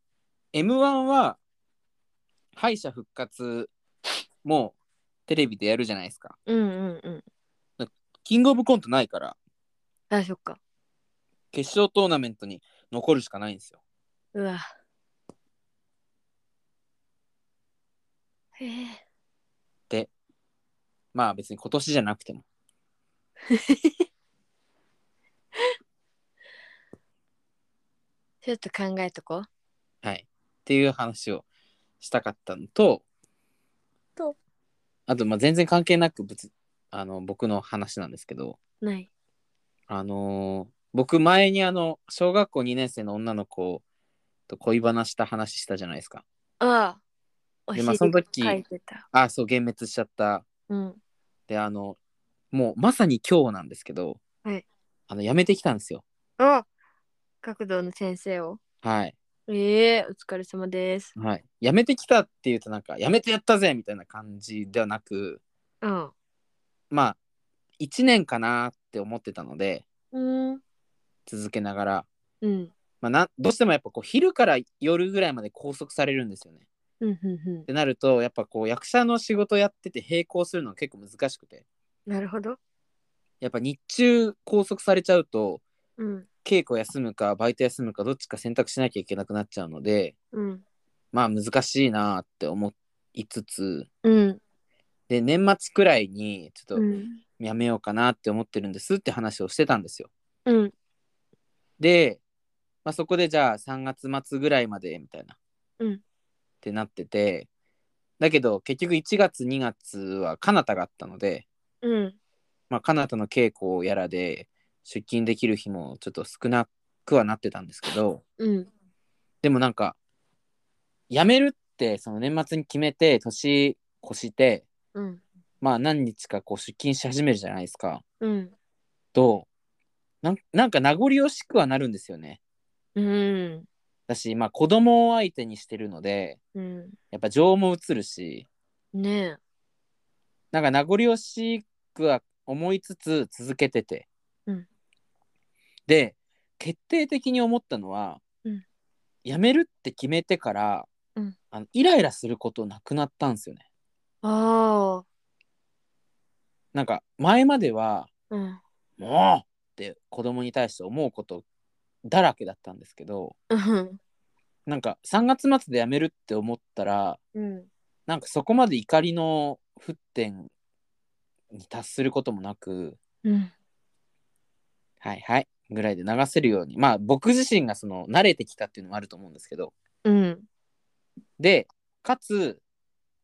[SPEAKER 1] M1 は敗者復活もテレビでやるじゃないですか。
[SPEAKER 2] うんうんうん
[SPEAKER 1] キングオブコントないから
[SPEAKER 2] あそっか
[SPEAKER 1] 決勝トーナメントに残るしかないんですよ。
[SPEAKER 2] うわえー、
[SPEAKER 1] まあ別に今年じゃなくても。
[SPEAKER 2] ちょっと考えとこう
[SPEAKER 1] はい。っていう話をしたかったのと、
[SPEAKER 2] と
[SPEAKER 1] あと、まあ全然関係なく別、あの、僕の話なんですけど、
[SPEAKER 2] ない
[SPEAKER 1] あのー僕前にあの、小学校2年生の女の子と恋バナした話したじゃないですか。
[SPEAKER 2] ああお
[SPEAKER 1] でまあその時
[SPEAKER 2] 書いてた
[SPEAKER 1] あ、そう、幻滅しちゃった。
[SPEAKER 2] うん
[SPEAKER 1] で、あの、もうまさに今日なんですけど、
[SPEAKER 2] はい
[SPEAKER 1] あの、辞めてきたんですよ。
[SPEAKER 2] あ学童の先生を
[SPEAKER 1] はい。
[SPEAKER 2] ええお疲れ様です
[SPEAKER 1] はい。辞めてきたっていうと、なんか、辞めてやったぜみたいな感じではなく、
[SPEAKER 2] うん
[SPEAKER 1] まあ、1年かなって思ってたので、
[SPEAKER 2] うん
[SPEAKER 1] 続けながら、
[SPEAKER 2] うん
[SPEAKER 1] まあ、なんどうしてもやっぱこう昼から夜ぐらいまで拘束されるんですよね。
[SPEAKER 2] うんうん
[SPEAKER 1] っ、てなるとやっぱこう役者の仕事やってて並行するのが結構難しくて
[SPEAKER 2] うん、なるほど。
[SPEAKER 1] やっぱ日中拘束されちゃうと
[SPEAKER 2] うん、
[SPEAKER 1] 稽古休むかバイト休むかどっちか選択しなきゃいけなくなっちゃうので
[SPEAKER 2] うん、
[SPEAKER 1] まあ難しいなって思いつつ
[SPEAKER 2] うん、
[SPEAKER 1] で年末くらいにちょっと
[SPEAKER 2] うん、
[SPEAKER 1] やめようかなって思ってるんですって話をしてたんですよ。
[SPEAKER 2] うん、
[SPEAKER 1] で、まあ、そこでじゃあ3月末ぐらいまでみたいな、
[SPEAKER 2] うん
[SPEAKER 1] ってなっててだけど結局1月2月はかなたがあったので、
[SPEAKER 2] うん、
[SPEAKER 1] まあ、かなたの稽古やらで出勤できる日もちょっと少なくはなってたんですけど
[SPEAKER 2] うん、
[SPEAKER 1] でもなんか辞めるってその年末に決めて年越して
[SPEAKER 2] うん、
[SPEAKER 1] まあ何日かこう出勤し始めるじゃないですか
[SPEAKER 2] うん、
[SPEAKER 1] となんなんか名残惜しくはなるんですよね。
[SPEAKER 2] うん、
[SPEAKER 1] だし、まあ、子供を相手にしてるので、
[SPEAKER 2] うん、
[SPEAKER 1] やっぱ情も移るし
[SPEAKER 2] ね
[SPEAKER 1] なんか名残惜しくは思いつつ続けてて、
[SPEAKER 2] うん
[SPEAKER 1] で決定的に思ったのは、
[SPEAKER 2] うん
[SPEAKER 1] 辞めるって決めてから、
[SPEAKER 2] うん
[SPEAKER 1] あのイライラすることなくなったんですよね
[SPEAKER 2] ああ、
[SPEAKER 1] なんか前までは
[SPEAKER 2] うん、
[SPEAKER 1] 「もう!」って子供に対して思うことだらけだったんですけど
[SPEAKER 2] うん、
[SPEAKER 1] なんか3月末で辞めるって思ったら
[SPEAKER 2] うん、
[SPEAKER 1] なんかそこまで怒りの沸点に達することもなく
[SPEAKER 2] うん、
[SPEAKER 1] はいはいぐらいで流せるようにまあ僕自身がその慣れてきたっていうのもあると思うんですけど
[SPEAKER 2] うん、
[SPEAKER 1] でかつ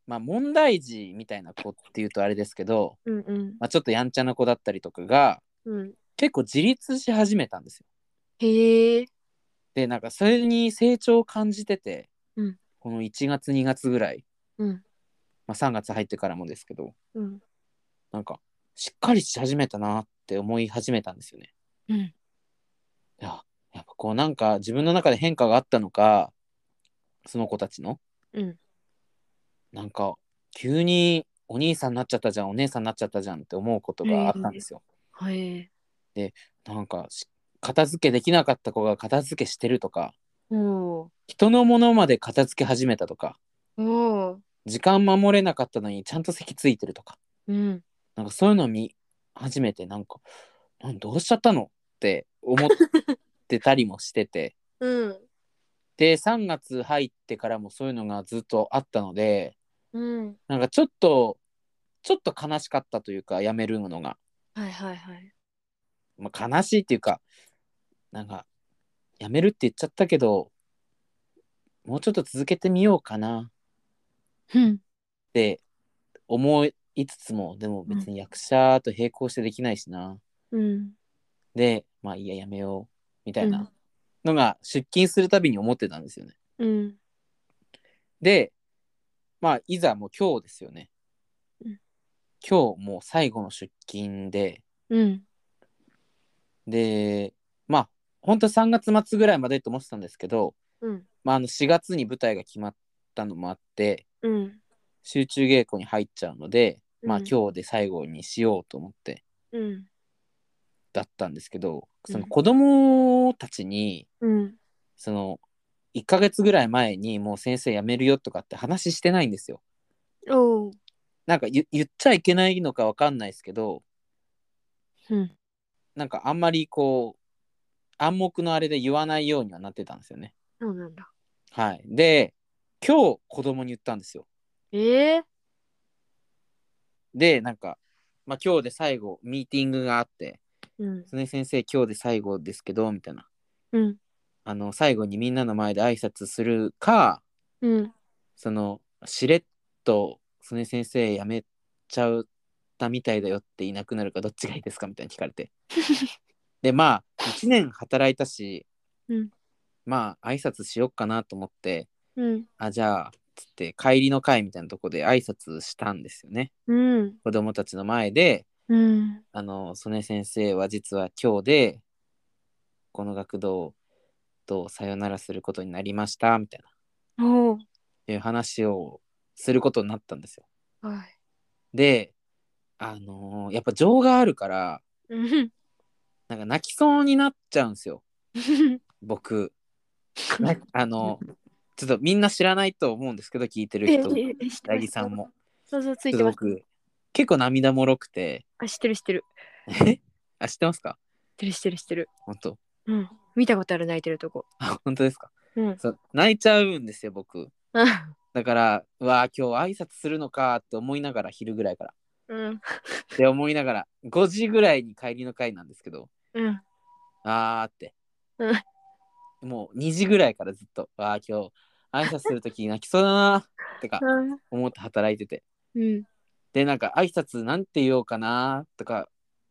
[SPEAKER 1] まあ問題児みたいな子っていうとあれですけど、
[SPEAKER 2] うん、うん、
[SPEAKER 1] まあ、ちょっとやんちゃな子だったりとかが
[SPEAKER 2] うん、
[SPEAKER 1] 結構自立し始めたんですよ。
[SPEAKER 2] へえ、
[SPEAKER 1] でなんかそれに成長を感じてて、
[SPEAKER 2] うん
[SPEAKER 1] この1月2月ぐらい、
[SPEAKER 2] うん、
[SPEAKER 1] まあ、3月入ってからもですけど
[SPEAKER 2] うん、
[SPEAKER 1] なんかしっかりし始めたなって思い始めたんですよね。
[SPEAKER 2] うん、
[SPEAKER 1] いややっぱこうなんか自分の中で変化があったのかその子たちの。
[SPEAKER 2] うん、
[SPEAKER 1] なんか急にお兄さんになっちゃったじゃんお姉さんになっちゃったじゃんって思うことがあったんですよ。
[SPEAKER 2] へえ、
[SPEAKER 1] なんかし片付けできなかった子が片付けしてるとか
[SPEAKER 2] おー
[SPEAKER 1] 人のものまで片付け始めたとか
[SPEAKER 2] おー
[SPEAKER 1] 時間守れなかったのにちゃんと席ついてるとか
[SPEAKER 2] うん、
[SPEAKER 1] なんかそういうのを見始めてなんかなんどうしちゃったのって思ってたりもしてて
[SPEAKER 2] うん、
[SPEAKER 1] で3月入ってからもそういうのがずっとあったので
[SPEAKER 2] うん、
[SPEAKER 1] なんかちょっとちょっと悲しかったというかやめるのが。
[SPEAKER 2] はいはいはい。
[SPEAKER 1] まあ、悲しいっていうかなんかやめるって言っちゃったけどもうちょっと続けてみようかな
[SPEAKER 2] うん
[SPEAKER 1] って思いつつもでも別に役者と並行してできないしな、
[SPEAKER 2] うん
[SPEAKER 1] でまあいいややめようみたいなのが出勤するたびに思ってたんですよね。
[SPEAKER 2] うん
[SPEAKER 1] でまあいざもう今日ですよね。
[SPEAKER 2] うん
[SPEAKER 1] 今日もう最後の出勤で
[SPEAKER 2] うん
[SPEAKER 1] でまあ本当3月末ぐらいまでと思ってたんですけど、
[SPEAKER 2] うん
[SPEAKER 1] まあ、あの4月に舞台が決まったのもあって
[SPEAKER 2] うん
[SPEAKER 1] 集中稽古に入っちゃうので、まあ
[SPEAKER 2] うん
[SPEAKER 1] 今日で最後にしようと思って
[SPEAKER 2] うん
[SPEAKER 1] だったんですけどそうの
[SPEAKER 2] ん
[SPEAKER 1] 子供たちに、
[SPEAKER 2] うん
[SPEAKER 1] その1ヶ月ぐらい前にもう先生辞めるよとかって話してないんですよ。
[SPEAKER 2] おう
[SPEAKER 1] なんか言言っちゃいけないのかわかんないですけど
[SPEAKER 2] うん
[SPEAKER 1] なんかあんまりこう暗黙のあれで言わないようにはなってたんですよね。
[SPEAKER 2] そうなんだ
[SPEAKER 1] はい、で今日子供に言ったんですよ。
[SPEAKER 2] ええ
[SPEAKER 1] でなんか、まあ、今日で最後ミーティングがあって
[SPEAKER 2] うん
[SPEAKER 1] 「常先生今日で最後ですけど」みたいな
[SPEAKER 2] うん
[SPEAKER 1] あの最後にみんなの前で挨拶するか
[SPEAKER 2] うん
[SPEAKER 1] そのしれっと曽根先生辞めちゃったみたいだよっていなくなるかどっちがいいですかみたいに聞かれ てでまあ1年働いたし、
[SPEAKER 2] うん
[SPEAKER 1] まあ挨拶しよっかなと思って
[SPEAKER 2] うん
[SPEAKER 1] あじゃあつって帰りの会みたいなとこで挨拶したんですよね
[SPEAKER 2] うん
[SPEAKER 1] 子供たちの前で
[SPEAKER 2] うん
[SPEAKER 1] あの曽根先生は実は今日でこの学童とさよならすることになりましたみたいな
[SPEAKER 2] おう
[SPEAKER 1] いう話をすることになったんですよ。
[SPEAKER 2] はい
[SPEAKER 1] で、あのーやっぱ情があるから、
[SPEAKER 2] うん
[SPEAKER 1] なんか泣きそうになっちゃうんですよ、僕。なあのちょっとみんな知らないと思うんですけど、聞いてる人、八木さんも。
[SPEAKER 2] そうそう つ
[SPEAKER 1] ち
[SPEAKER 2] い
[SPEAKER 1] ょってと
[SPEAKER 2] ます
[SPEAKER 1] 僕、結構涙もろくて、
[SPEAKER 2] あ知ってる知ってる
[SPEAKER 1] えあ、知ってますか
[SPEAKER 2] 知ってる知ってる知ってる
[SPEAKER 1] 本当
[SPEAKER 2] うん見たことある泣いてるとこ
[SPEAKER 1] あ、本当ですか
[SPEAKER 2] うん
[SPEAKER 1] そう泣いちゃうんですよ、僕。
[SPEAKER 2] うん
[SPEAKER 1] だから、うわあ今日挨拶するのかって思いながら、昼ぐらいから。
[SPEAKER 2] うん
[SPEAKER 1] で、思いながら、5時ぐらいに帰りの会なんですけど、
[SPEAKER 2] うん
[SPEAKER 1] あーって。もう2時ぐらいからずっと、あー今日挨拶するとき泣きそうだなーとか思って働いてて。
[SPEAKER 2] うん
[SPEAKER 1] で、なんか挨拶なんて言おうかなーとか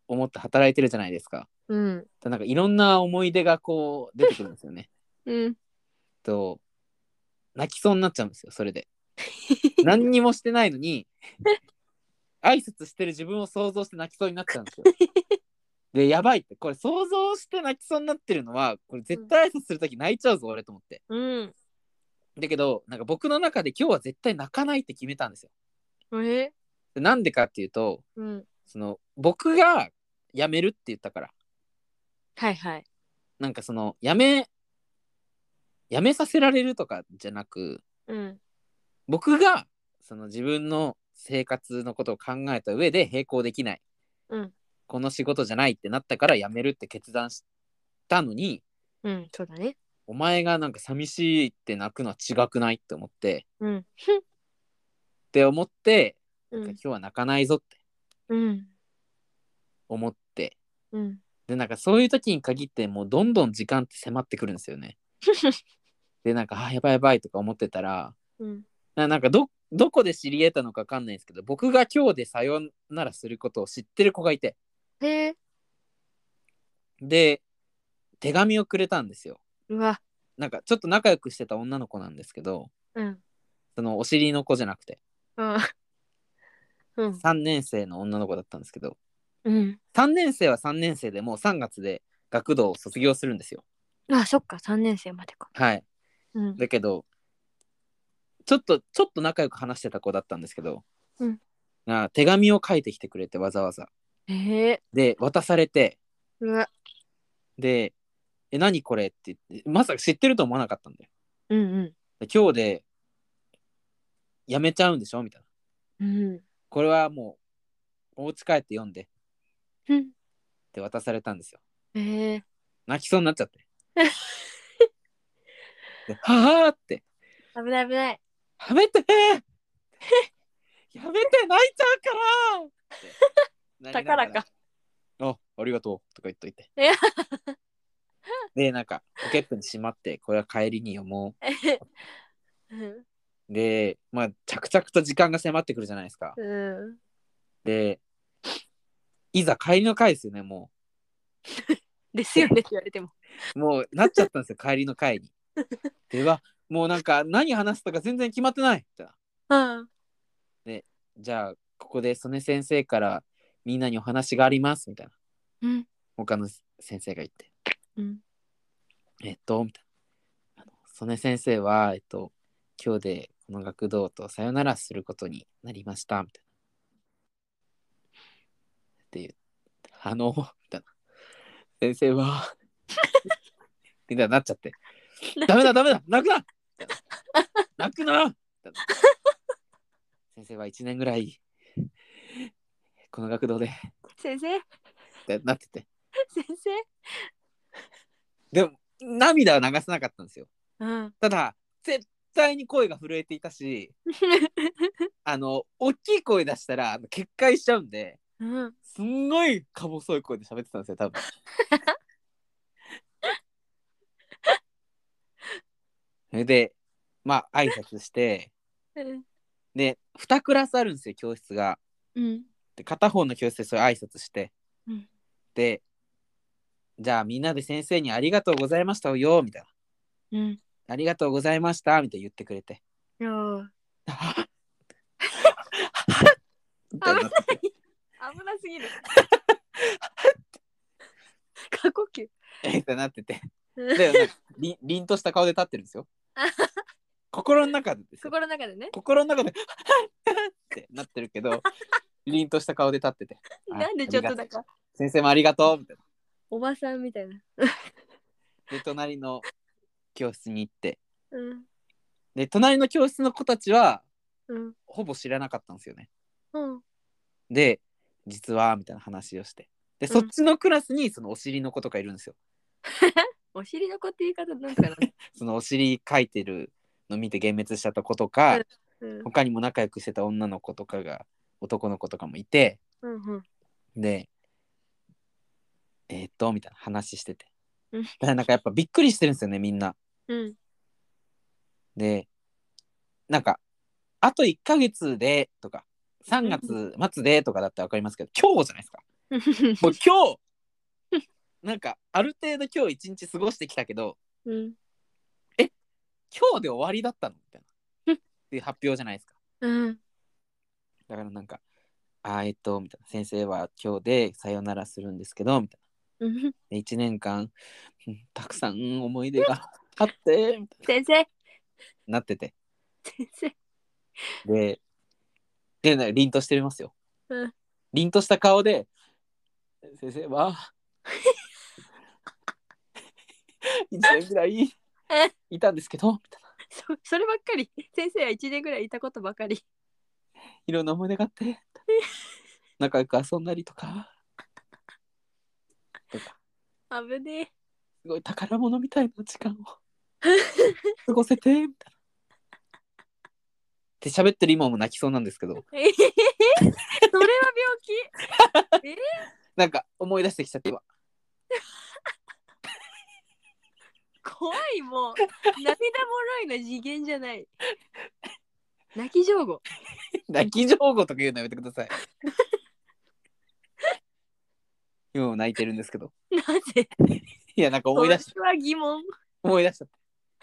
[SPEAKER 1] 思って働いてるじゃないですか。
[SPEAKER 2] うん
[SPEAKER 1] でなんかいろんな思い出がこう出てくるんですよね。
[SPEAKER 2] うん
[SPEAKER 1] と、泣きそうになっちゃうんですよ、それで。何にもしてないのに、挨拶してる自分を想像して泣きそうになっちゃうんですよ。で、やばいって、これ想像して泣きそうになってるのは、これ絶対挨拶するとき泣いちゃうぞ、俺と思って。
[SPEAKER 2] うん
[SPEAKER 1] だけど、なんか僕の中で今日は絶対泣かないって決めたんですよ。
[SPEAKER 2] え
[SPEAKER 1] でなんでかっていうと、
[SPEAKER 2] うん
[SPEAKER 1] その僕が辞めるって言ったから、
[SPEAKER 2] はいはい
[SPEAKER 1] なんかその辞め、辞めさせられるとかじゃなく、
[SPEAKER 2] うん
[SPEAKER 1] 僕がその自分の生活のことを考えた上で並行できない、
[SPEAKER 2] うん
[SPEAKER 1] この仕事じゃないってなったから辞めるって決断したのに
[SPEAKER 2] うんそうだね
[SPEAKER 1] お前がなんか寂しいって泣くのは違くないって思って
[SPEAKER 2] うん
[SPEAKER 1] って思って、
[SPEAKER 2] う
[SPEAKER 1] なん
[SPEAKER 2] ん
[SPEAKER 1] か今日は泣かないぞって
[SPEAKER 2] うん
[SPEAKER 1] 思って
[SPEAKER 2] うん
[SPEAKER 1] でなんかそういう時に限ってもうどんどん時間って迫ってくるんですよ ね。でなんかあやばいやばいとか思ってたら
[SPEAKER 2] うん
[SPEAKER 1] ななんかどどこで知り得たのか分かんないんですけど僕が今日でさよならすることを知ってる子がいて。
[SPEAKER 2] へえ
[SPEAKER 1] で手紙をくれたんですよ
[SPEAKER 2] うわ
[SPEAKER 1] なんかちょっと仲良くしてた女の子なんですけど
[SPEAKER 2] うん
[SPEAKER 1] そのお尻の子じゃなくて
[SPEAKER 2] うんうん
[SPEAKER 1] 3年生の女の子だったんですけど
[SPEAKER 2] うん
[SPEAKER 1] 3年生は3年生でもう3月で学童を卒業するんですよ
[SPEAKER 2] あそっか三年生までか
[SPEAKER 1] はい
[SPEAKER 2] うん
[SPEAKER 1] だけどちょっとちょっと仲良く話してた子だったんですけど、
[SPEAKER 2] うん
[SPEAKER 1] な手紙を書いてきてくれてわざわざ
[SPEAKER 2] へえ
[SPEAKER 1] で渡されて
[SPEAKER 2] うわ
[SPEAKER 1] で「え何これ?」って言ってまさか知ってると思わなかったんだよ
[SPEAKER 2] うん
[SPEAKER 1] で今日でやめちゃうんでしょみたいな
[SPEAKER 2] うんうん
[SPEAKER 1] これはもうお家帰って読んでっ
[SPEAKER 2] うん
[SPEAKER 1] て渡されたんですよ
[SPEAKER 2] へえ
[SPEAKER 1] 泣きそうになっちゃって ではあって
[SPEAKER 2] 危ない危ない
[SPEAKER 1] やめ てやめて泣いちゃう からって
[SPEAKER 2] 高らか
[SPEAKER 1] あありがとうとか言っといて
[SPEAKER 2] い や
[SPEAKER 1] でなんかポケットにしまってこれは帰りに読もうで、まあ、着々と時間が迫ってくるじゃないですか。
[SPEAKER 2] うん
[SPEAKER 1] で、いざ帰りの会ですよね、も
[SPEAKER 2] ですよねって言われても
[SPEAKER 1] う。もう、なっちゃったんですよ、帰りの会に。では、もうなんか、何話すとか全然決まってないみたいな。
[SPEAKER 2] うん
[SPEAKER 1] じゃあ、ここで曽根先生からみんなにお話があります、みたいな。
[SPEAKER 2] うん
[SPEAKER 1] 他の先生が言って。
[SPEAKER 2] うん
[SPEAKER 1] えっと、みたいな。あの曽根先生は、えっと、今日でこの学童とさよならすることになりました、みたいな。っていう、あの、みたいな。先生は、 みたいになっちゃって、ダメだ、ダメだ、泣くなみたい な泣くなみたいな先生は1年ぐらい、この学童で、っ
[SPEAKER 2] 先生
[SPEAKER 1] てなってて。
[SPEAKER 2] 先生
[SPEAKER 1] でも、涙は流せなかったんですよ。
[SPEAKER 2] うん
[SPEAKER 1] ただ絶対に声が震えていたしあの大きい声出したらあの決壊しちゃうんで
[SPEAKER 2] うん
[SPEAKER 1] すんごいか細い声で喋ってたんですよ多分 それでまあ挨拶して
[SPEAKER 2] うん
[SPEAKER 1] で2クラスあるんですよ教室が
[SPEAKER 2] うん
[SPEAKER 1] で片方の教室でそれ挨拶して、
[SPEAKER 2] うん
[SPEAKER 1] でじゃあみんなで先生にありがとうございましたをよみたいな
[SPEAKER 2] うん
[SPEAKER 1] ありがとうございましたみたいな言ってくれて
[SPEAKER 2] いやー
[SPEAKER 1] みたいになって
[SPEAKER 2] 危なすぎる過呼吸
[SPEAKER 1] えってなっててでなんかり凛とした顔で立ってるん ですよ
[SPEAKER 2] あはは
[SPEAKER 1] 心の中でですよ
[SPEAKER 2] 心の中でね
[SPEAKER 1] 心の中で ってなってるけど凛とした顔で立っててあ
[SPEAKER 2] なんでちょっとだか
[SPEAKER 1] 先生もありがとうみたい
[SPEAKER 2] おばさんみたいな
[SPEAKER 1] なで隣の教室に行って
[SPEAKER 2] うん
[SPEAKER 1] で隣の教室の子たちは
[SPEAKER 2] うん
[SPEAKER 1] ほぼ知らなかったんですよね
[SPEAKER 2] うん
[SPEAKER 1] で実はみたいな話をしてでそっちのクラスにそのお尻の子とかいるんですよ、
[SPEAKER 2] お尻の子って言い方なんかな
[SPEAKER 1] そのお尻書いてるの見て幻滅しちゃった子とか、
[SPEAKER 2] うん
[SPEAKER 1] 他にも仲良くしてた女の子とかが男の子とかもいて
[SPEAKER 2] うんうん
[SPEAKER 1] でえーっとみたいな話してて
[SPEAKER 2] うん
[SPEAKER 1] だからなんかやっぱびっくりしてるんですよねみんな
[SPEAKER 2] うん
[SPEAKER 1] でなんかあと1ヶ月でとか3月末でとかだったら分かりますけど今日じゃないですかもう 今日なんかある程度今日一日過ごしてきたけど
[SPEAKER 2] うん
[SPEAKER 1] 今日で終わりだったのみたいなっていう発表じゃないですか
[SPEAKER 2] うん
[SPEAKER 1] だからなんか、あーえっと、みたいな、先生は今日でさよならするんですけど、みたい
[SPEAKER 2] うん
[SPEAKER 1] な。1年間、うんたくさんうん思い出 があって、みたい
[SPEAKER 2] 先生
[SPEAKER 1] ななってて。
[SPEAKER 2] 先生
[SPEAKER 1] で、で、な凛としてますよ。
[SPEAKER 2] うん
[SPEAKER 1] 凛とした顔で、先生 は、1年ぐらいいたんですけど、みたいな。
[SPEAKER 2] そ そればっかり先生は1年ぐらいいたことばかり
[SPEAKER 1] いろんな思い出があって、 みたいな仲良く遊んだりとか、とか。
[SPEAKER 2] 危ね
[SPEAKER 1] すごい宝物みたいな時間を過ごせてみたいな。って喋ってる今も泣きそうなんですけど
[SPEAKER 2] え それは病気
[SPEAKER 1] なんか思い出してきちゃって今
[SPEAKER 2] 怖いもう涙もろいの次元じゃない泣き上手
[SPEAKER 1] 泣き情報とか言うのやめてください。今も泣いてるんですけど
[SPEAKER 2] なぜ
[SPEAKER 1] いやなんか思い出し
[SPEAKER 2] これは疑問
[SPEAKER 1] 思い出しちゃった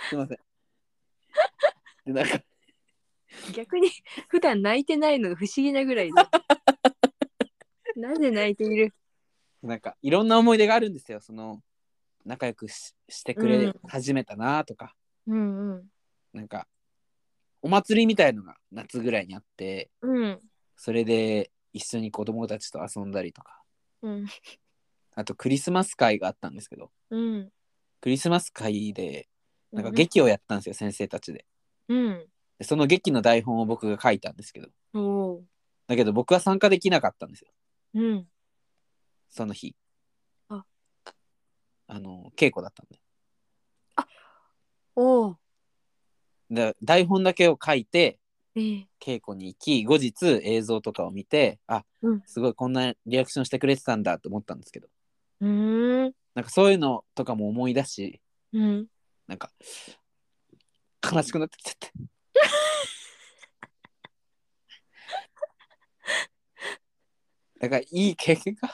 [SPEAKER 1] すいません。でなんか
[SPEAKER 2] 逆に普段泣いてないのが不思議なぐらいだなぜ泣いている
[SPEAKER 1] なんかいろんな思い出があるんですよその仲良くししてく
[SPEAKER 2] う
[SPEAKER 1] れ
[SPEAKER 2] ん
[SPEAKER 1] 始めたなとか、
[SPEAKER 2] うんうん
[SPEAKER 1] なんかお祭りみたいのが夏ぐらいにあって。
[SPEAKER 2] うん
[SPEAKER 1] それで一緒に子供たちと遊んだりとか
[SPEAKER 2] うん
[SPEAKER 1] あとクリスマス会があったんですけど
[SPEAKER 2] うん
[SPEAKER 1] クリスマス会でなんか劇をやったんですよ、先生たちで
[SPEAKER 2] うん
[SPEAKER 1] でその劇の台本を僕が書いたんですけど
[SPEAKER 2] おう
[SPEAKER 1] だけど僕は参加できなかったんですよ
[SPEAKER 2] うん
[SPEAKER 1] その日
[SPEAKER 2] あ
[SPEAKER 1] あの稽古だったん
[SPEAKER 2] おう
[SPEAKER 1] でで台本だけを書いて
[SPEAKER 2] ええ
[SPEAKER 1] 稽古に行き後日映像とかを見てあ、
[SPEAKER 2] うん
[SPEAKER 1] すごいこんなリアクションしてくれてたんだと思ったんですけど
[SPEAKER 2] うーん
[SPEAKER 1] なんかそういうのとかも思い出し
[SPEAKER 2] うん
[SPEAKER 1] なんか悲しくなってきちゃって だからいい経験が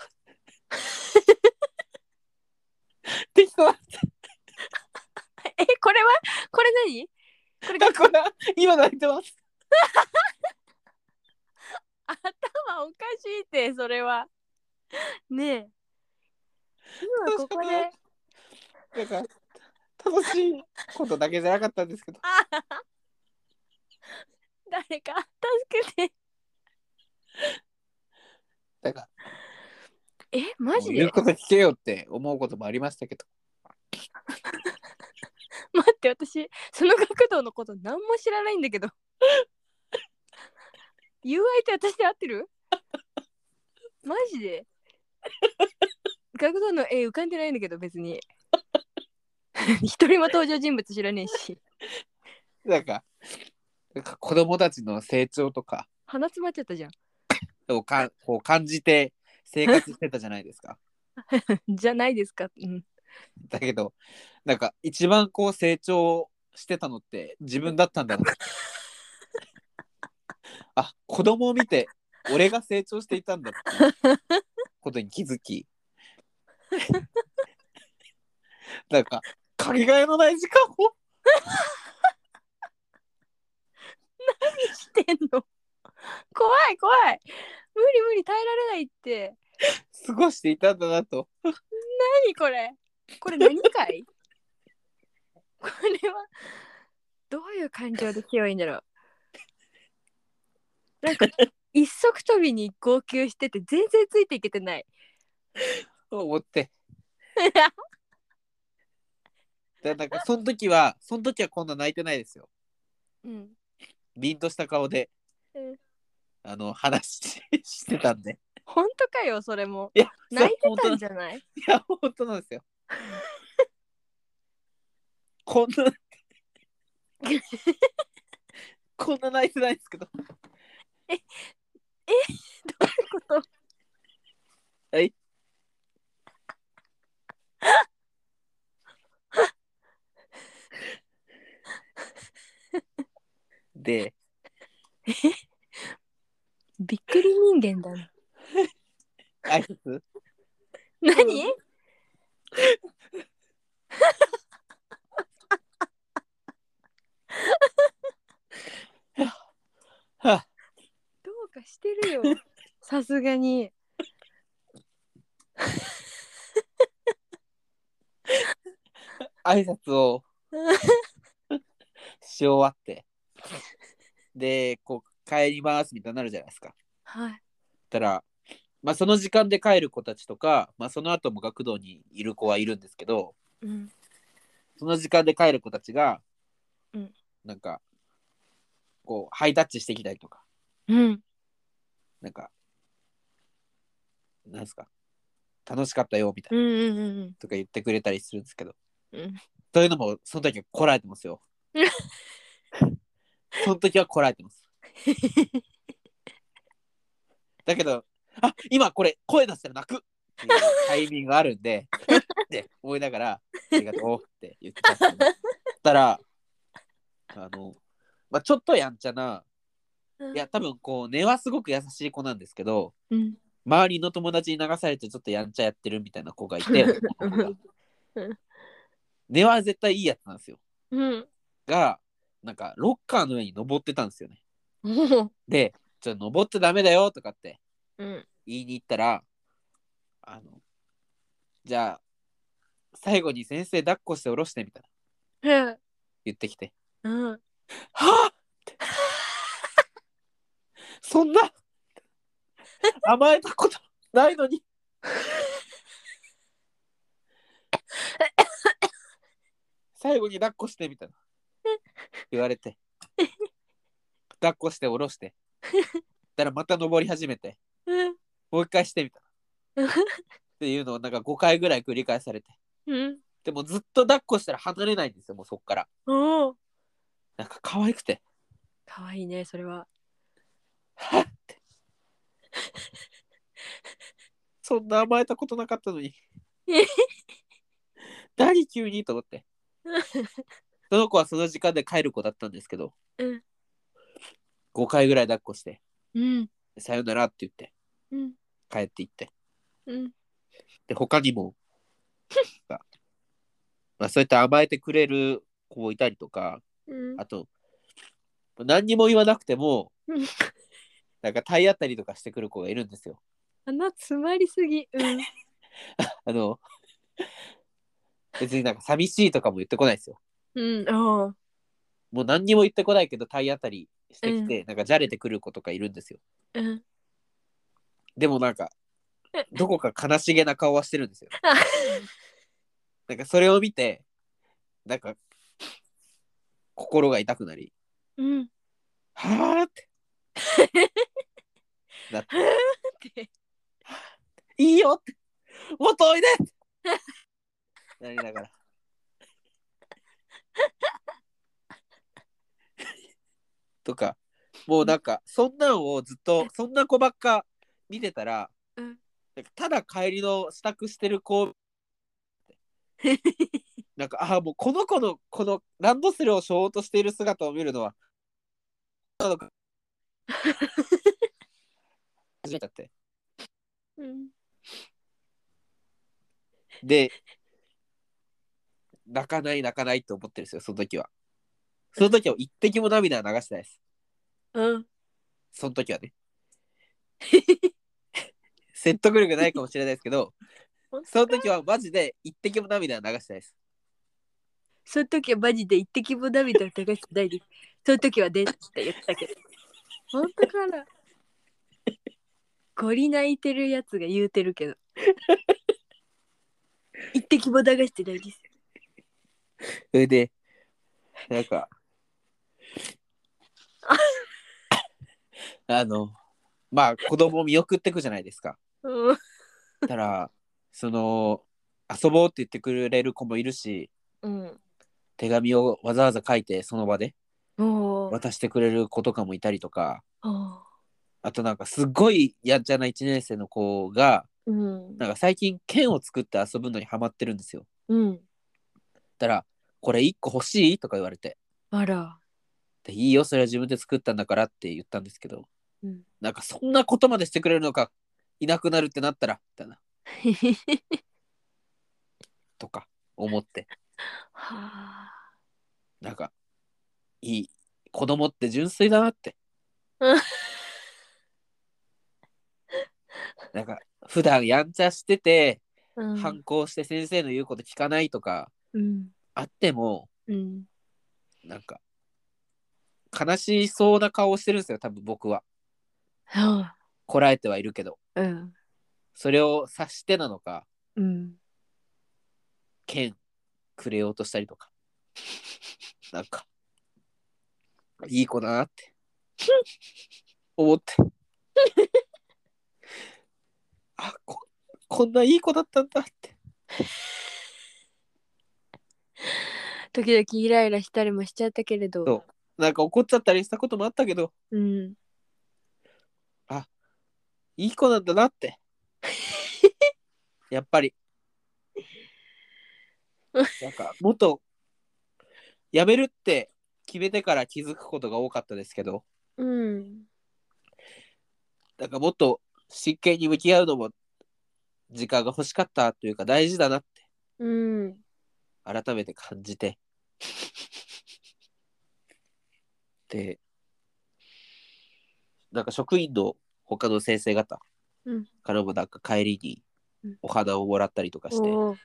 [SPEAKER 1] できた
[SPEAKER 2] えこれはこれ何これが
[SPEAKER 1] 学校だ今泣いてます
[SPEAKER 2] 頭おかしいってそれはねえ今ここで
[SPEAKER 1] なんか楽しいことだけじゃなかったんですけど
[SPEAKER 2] 誰か助けて
[SPEAKER 1] だから
[SPEAKER 2] えマジ
[SPEAKER 1] 言う
[SPEAKER 2] で
[SPEAKER 1] こと聞けよって思うこともありましたけど
[SPEAKER 2] 待って私その学童のこと何も知らないんだけど言う相手私で合ってるマジで学童の絵浮かんでないんだけど別に 一人も登場人物知らねえし
[SPEAKER 1] なんかなんか子供たちの成長とか
[SPEAKER 2] 鼻詰まっちゃったじゃん
[SPEAKER 1] をかこう感じて生活してたじゃないですか
[SPEAKER 2] じゃないですか、うん、
[SPEAKER 1] だけどなんか一番こう成長してたのって自分だったんだなあ子供を見て俺が成長していたんだっていうことに気づき なんかかけがえのない時間を
[SPEAKER 2] してんの怖い怖い無理無理耐えられないって
[SPEAKER 1] 過ごしていたんだなと
[SPEAKER 2] 何これこれ何か いこれはどういう感情で聞けばいいんだろうなんか一足飛びに号泣してて全然ついていけてない
[SPEAKER 1] 思ってでなんかその時はその時はこんな泣いてないですよ
[SPEAKER 2] うん
[SPEAKER 1] 凛とした顔で、
[SPEAKER 2] うん
[SPEAKER 1] あの話ししてたん で
[SPEAKER 2] 本当かよそれも
[SPEAKER 1] いや
[SPEAKER 2] 泣いてたん
[SPEAKER 1] ん
[SPEAKER 2] じゃない
[SPEAKER 1] いや本当なんですよこん なこんな泣いてないですけど
[SPEAKER 2] こと
[SPEAKER 1] はいで
[SPEAKER 2] びっくり人間だな
[SPEAKER 1] 挨拶
[SPEAKER 2] 何
[SPEAKER 1] はあ
[SPEAKER 2] どうかしてるよさすがに
[SPEAKER 1] 挨拶 を
[SPEAKER 2] うん
[SPEAKER 1] し終わってでこう帰りますみたいになるじゃないですか。
[SPEAKER 2] はい
[SPEAKER 1] たら、まあ、その時間で帰る子たちとか、まあ、その後も学童にいる子はいるんですけど
[SPEAKER 2] うん
[SPEAKER 1] その時間で帰る子たちが、
[SPEAKER 2] うん
[SPEAKER 1] なんかこうハイタッチしてきたりとか
[SPEAKER 2] うん
[SPEAKER 1] なんかなんすか楽しかったよみたい
[SPEAKER 2] うん
[SPEAKER 1] な
[SPEAKER 2] うんうん
[SPEAKER 1] とか言ってくれたりするんですけど
[SPEAKER 2] うん
[SPEAKER 1] そういうのもその時はこらえて ますよ。その時はこらえてます。だけど、あ今これ声出したら泣くっていうタイミングがあるんで、ふっって思いながら、ありがとうって言ってたん ですけどたら、あの、まあ、ちょっとやんちゃな、
[SPEAKER 2] うん
[SPEAKER 1] いや、多分こう、根はすごく優しい子なんですけど、
[SPEAKER 2] うん
[SPEAKER 1] 周りの友達に流されてちょっとやんちゃやってるみたいな子がいて、
[SPEAKER 2] うん
[SPEAKER 1] 男の子が根は絶対いいやつなんですよ。
[SPEAKER 2] うん
[SPEAKER 1] がなんかロッカーの上に登ってたんですよね。
[SPEAKER 2] うん
[SPEAKER 1] で「ちょっと登っちゃダメだよ」とかって
[SPEAKER 2] うん
[SPEAKER 1] 言いに行ったら「あのじゃあ最後に先生抱っこして下ろして」みたいな
[SPEAKER 2] うん
[SPEAKER 1] 言ってきて
[SPEAKER 2] うん
[SPEAKER 1] 「はあ!」 そんな甘えたことないのに最後に抱っこしてみたいな言われて抱っこして下ろしてだからまた登り始めて
[SPEAKER 2] うん
[SPEAKER 1] もう一回してみたいな
[SPEAKER 2] うん
[SPEAKER 1] っていうのをなんか5回ぐらい繰り返されて
[SPEAKER 2] うん
[SPEAKER 1] でもずっと抱っこしたら離れないんですよもうそっから
[SPEAKER 2] おお
[SPEAKER 1] なんか可愛くて
[SPEAKER 2] かわいいねそれは
[SPEAKER 1] はっってそんな甘えたことなかったの に
[SPEAKER 2] え
[SPEAKER 1] 何急にと思ってその子はその時間で帰る子だったんですけど、
[SPEAKER 2] うん
[SPEAKER 1] 5回ぐらい抱っこして、
[SPEAKER 2] うん
[SPEAKER 1] さよならって言って、
[SPEAKER 2] うん
[SPEAKER 1] 帰っていって。
[SPEAKER 2] うん
[SPEAKER 1] で、他に も、がまあ、そうやって甘えてくれる子もいたりとか、
[SPEAKER 2] うん
[SPEAKER 1] あと、何にも言わなくても
[SPEAKER 2] うん、
[SPEAKER 1] なんか体当たりとかしてくる子がいるんですよ。
[SPEAKER 2] 鼻詰まりすぎうん
[SPEAKER 1] あの、別になんか寂しいとかも言ってこないですよ。
[SPEAKER 2] うんあ
[SPEAKER 1] もう何にも言ってこないけど体当たりしてきて、なんかじゃれてくる子とかいるんですよ。
[SPEAKER 2] あうん
[SPEAKER 1] でもなんか、どこか悲しげな顔はしてるんですよ。
[SPEAKER 2] あ
[SPEAKER 1] なんかそれを見て、なんか、心が痛くなり、
[SPEAKER 2] うん
[SPEAKER 1] はぁって、
[SPEAKER 2] って
[SPEAKER 1] いいよって、もっとおいでってなりながら。 とか、もうなんか、そんなんをずっと、そんな子ばっか見てたら、
[SPEAKER 2] うん
[SPEAKER 1] なんかただ帰りの支度してる 子、なんか、ああ、もうこの子の、このランドセルを背負おうとしている姿を見るのは、なのか。始めちゃって。
[SPEAKER 2] うん
[SPEAKER 1] で、泣かない泣かないと思ってるんですよ、その時は。その時は一滴も涙は流してないです。
[SPEAKER 2] うん
[SPEAKER 1] その時はね。説得力ないかもしれないですけど、その時はマジで一滴も涙は流してないです。
[SPEAKER 2] そういう時はマジで一滴も涙を流してないです。そういう時はでって言ったけど。本当かなゴリ泣いてるやつが言うてるけど。一滴も流してないです。
[SPEAKER 1] それで、なんか、あの、まあ子供を見送ってくじゃないですか。
[SPEAKER 2] うん。
[SPEAKER 1] だから、その、遊ぼうって言ってくれる子もいるし、
[SPEAKER 2] うん。
[SPEAKER 1] 手紙をわざわざ書いてその場で
[SPEAKER 2] おー
[SPEAKER 1] 渡してくれる子とかもいたりとか、
[SPEAKER 2] お
[SPEAKER 1] あとなんかすっごいやんちゃな1年生の子が、
[SPEAKER 2] ー。うん。
[SPEAKER 1] なんか最近剣を作って遊ぶのにハマってるんですよ。
[SPEAKER 2] うん。
[SPEAKER 1] だから、これ1個欲しいとか言われて、
[SPEAKER 2] あら。
[SPEAKER 1] でいいよ、それは自分で作ったんだからって言ったんですけど、
[SPEAKER 2] うん。
[SPEAKER 1] なんかそんなことまでしてくれるのか、いなくなるってなったら、みたいな、とか思って、
[SPEAKER 2] はあ。
[SPEAKER 1] なんか、いい、子供って純粋だなって
[SPEAKER 2] うん。
[SPEAKER 1] なんか、普段やんちゃしてて、
[SPEAKER 2] うん
[SPEAKER 1] 反抗して先生の言うこと聞かないとか、
[SPEAKER 2] うん。
[SPEAKER 1] あっても、
[SPEAKER 2] うん。
[SPEAKER 1] なんか、悲しそうな顔をしてるんですよ、多分僕は。
[SPEAKER 2] はあ。
[SPEAKER 1] こらえてはいるけど。
[SPEAKER 2] うん。
[SPEAKER 1] それを察してなのか、
[SPEAKER 2] うん。
[SPEAKER 1] 剣くれようとしたりとか。 なんか、いい子だなって。思って。 あこ、こんないい子だったんだって。
[SPEAKER 2] 時々イライラしたりもしちゃったけれど。
[SPEAKER 1] そなんか怒っちゃったりしたこともあったけど、
[SPEAKER 2] うん。
[SPEAKER 1] いい子なんだなって。やっぱり。なんか、もっと、やめるって決めてから気づくことが多かったですけど、
[SPEAKER 2] うん。
[SPEAKER 1] なんかもっと真剣に向き合うのも、時間が欲しかったというか大事だなって
[SPEAKER 2] うん。
[SPEAKER 1] 改めて感じて。 で、なんか職員の他の先生方
[SPEAKER 2] うん
[SPEAKER 1] からもなんか帰り
[SPEAKER 2] う
[SPEAKER 1] に
[SPEAKER 2] ん
[SPEAKER 1] お花をもらったりとかして、
[SPEAKER 2] おー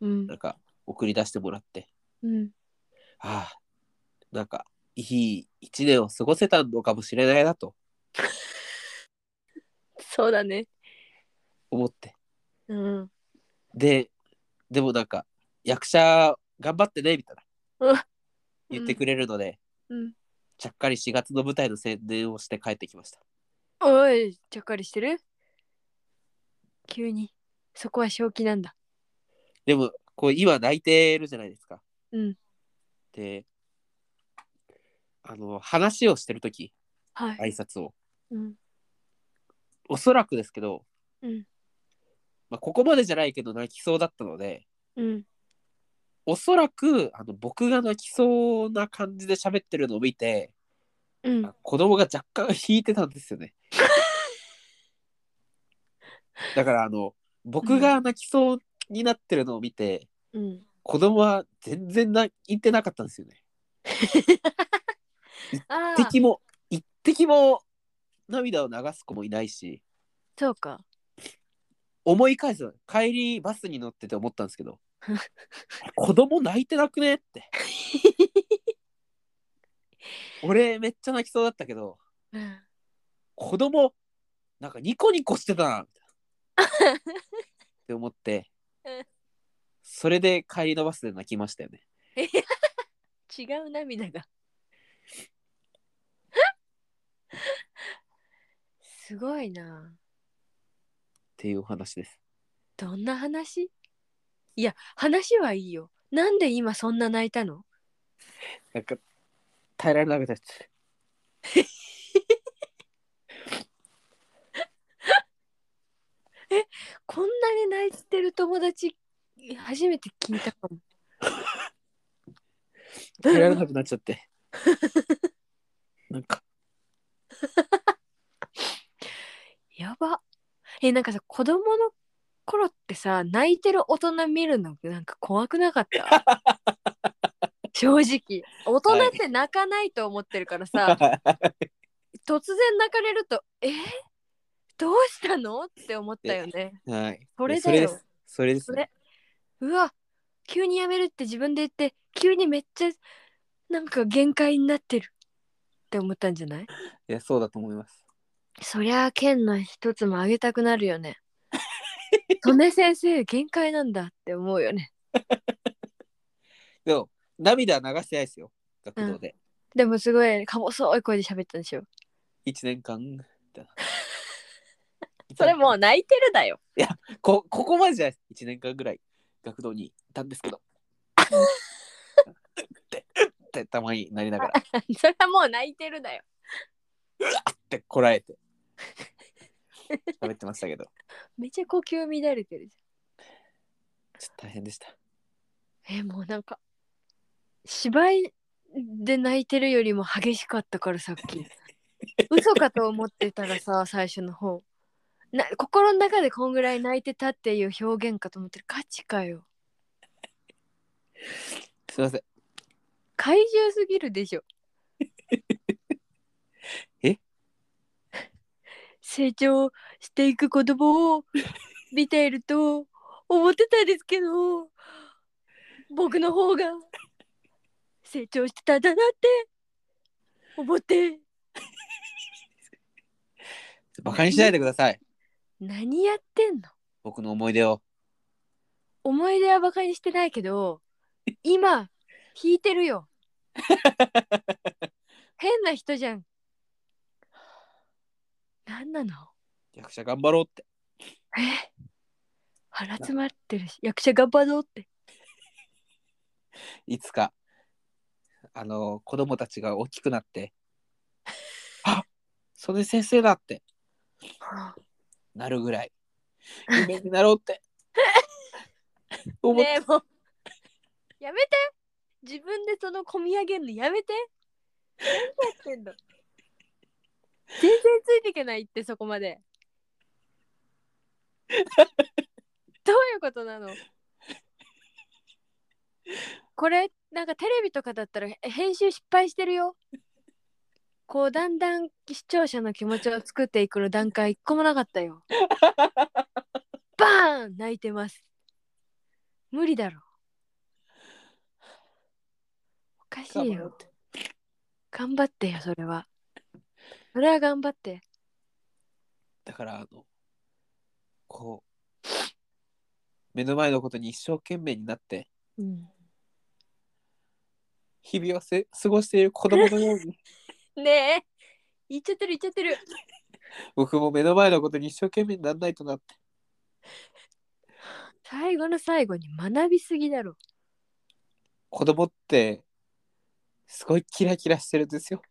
[SPEAKER 2] うん
[SPEAKER 1] なんか送り出してもらって、
[SPEAKER 2] うん。
[SPEAKER 1] ああ、なんかいい一年を過ごせたのかもしれないなと
[SPEAKER 2] そうだね。
[SPEAKER 1] 思って。
[SPEAKER 2] うん。
[SPEAKER 1] で、でもなんか役者頑張ってねみたい
[SPEAKER 2] うん
[SPEAKER 1] な言ってくれるので、
[SPEAKER 2] うん。
[SPEAKER 1] ちゃっかり4月の舞台の宣伝をして帰ってきました。
[SPEAKER 2] おい、ちゃっかりしてる急に。そこは正気なんだ。
[SPEAKER 1] でも、こう今泣いてるじゃないですか。
[SPEAKER 2] うん。
[SPEAKER 1] で、あの、話をしてるとき、
[SPEAKER 2] はい。
[SPEAKER 1] 挨拶を。
[SPEAKER 2] うん。
[SPEAKER 1] おそらくですけど、
[SPEAKER 2] うん。
[SPEAKER 1] まあ、ここまでじゃないけど泣きそうだったので、
[SPEAKER 2] うん。
[SPEAKER 1] おそらくあの僕が泣きそうな感じで喋ってるのを見て、
[SPEAKER 2] うん
[SPEAKER 1] 子供が若干引いてたんですよ ね。だからあの僕が泣きそうになってるのを見て、
[SPEAKER 2] うん
[SPEAKER 1] 子供は全然な行ってなかったんですよね。一
[SPEAKER 2] ああ
[SPEAKER 1] 滴も一滴も涙を流す子もいないし
[SPEAKER 2] そうか
[SPEAKER 1] 思い返す帰りバスに乗ってて思ったんです けど子供泣いてなくねって俺めっちゃ泣きそうだったけど
[SPEAKER 2] うん
[SPEAKER 1] 子供なんかニコニコしてたなみたいなって思って
[SPEAKER 2] うん
[SPEAKER 1] それで帰りのバスで泣きましたよね。
[SPEAKER 2] 違う涙がすごいな
[SPEAKER 1] っていうお話です。
[SPEAKER 2] どんな話いや話はいいよなんで今そんな泣いたの
[SPEAKER 1] なんか耐えられなくなっちゃった。
[SPEAKER 2] こんなに泣いてる友達初めて聞いたかも
[SPEAKER 1] 耐えられなくなっちゃって。なんか、
[SPEAKER 2] やばえなんかさ子供の頃ってさ泣いてる大人見るのなんか怖くなかった正直大人って泣かないと思ってるからさ、突然泣かれるとえどうしたのって思ったよね
[SPEAKER 1] はい。
[SPEAKER 2] それ
[SPEAKER 1] そ
[SPEAKER 2] だ
[SPEAKER 1] れで
[SPEAKER 2] よ
[SPEAKER 1] す。それです
[SPEAKER 2] それうわ急にやめるって自分で言って急にめっちゃなんか限界になってるって思ったんじゃない
[SPEAKER 1] いや、そうだと思います。
[SPEAKER 2] そりゃあ剣の一つもあげたくなるよ ね曽根先生限界なんだって思うよね
[SPEAKER 1] でも、涙は流してないですよ。学童で。
[SPEAKER 2] でもすごいか細い声で喋ったでしょ
[SPEAKER 1] 一、年間。みたいな
[SPEAKER 2] それもう泣いてるだよ
[SPEAKER 1] こここまでじゃないです。一年間ぐらい学童にいたんですけど。ってってたまになりながら、
[SPEAKER 2] それはもう泣いてるだよ
[SPEAKER 1] ってこらえて。喋ってましたけど、
[SPEAKER 2] めっちゃ呼吸乱れてるじ
[SPEAKER 1] ちょっと大変でした。
[SPEAKER 2] ゃんえもうなんか芝居で泣いてるよりも激しかったからさっき嘘かと思ってたらさ最初の方な心の中でこんぐらい泣いてたっていう表現かと思ってる価値かよ
[SPEAKER 1] すいません。
[SPEAKER 2] 怪獣すぎるでしょ
[SPEAKER 1] え
[SPEAKER 2] 成長していく子供を見ていると思ってたんですけど僕の方が成長してたんだなって思って
[SPEAKER 1] バカにしないでください。
[SPEAKER 2] 何やってんの
[SPEAKER 1] 僕の思い出を。
[SPEAKER 2] 思い出はバカにしてないけど今引いて るよ変な人じゃん何なの
[SPEAKER 1] 役者頑張ろうって。
[SPEAKER 2] え腹詰まってるし役者頑張ろうって
[SPEAKER 1] いつか、あの、子供たちが大きくなって、あそれ先生だってなるぐらい、夢になろうって。 思っ
[SPEAKER 2] ねえもうやめて自分でその込み上げるのやめて何やってんの全然ついていけないってそこまでどういうことなのこれなんかテレビとかだったらえ編集失敗してるよこうだんだん視聴者の気持ちを作っていくの段階一個もなかった よバーン泣いてます無理だろおかしい
[SPEAKER 1] 頑張ろ
[SPEAKER 2] よ
[SPEAKER 1] うって
[SPEAKER 2] 頑張ってよそれはそれは頑張って
[SPEAKER 1] だから、あの、こう、目の前のことに一生懸命になって、
[SPEAKER 2] うん
[SPEAKER 1] 日々をせ過ごしている子供のよう に、
[SPEAKER 2] ねえ言っちゃってる言っちゃってる
[SPEAKER 1] 僕も目の前のことに一生懸命にならないとなって。
[SPEAKER 2] 最後の最後に学びすぎだろ
[SPEAKER 1] 子供って、すごいキラキラしてるんですよ。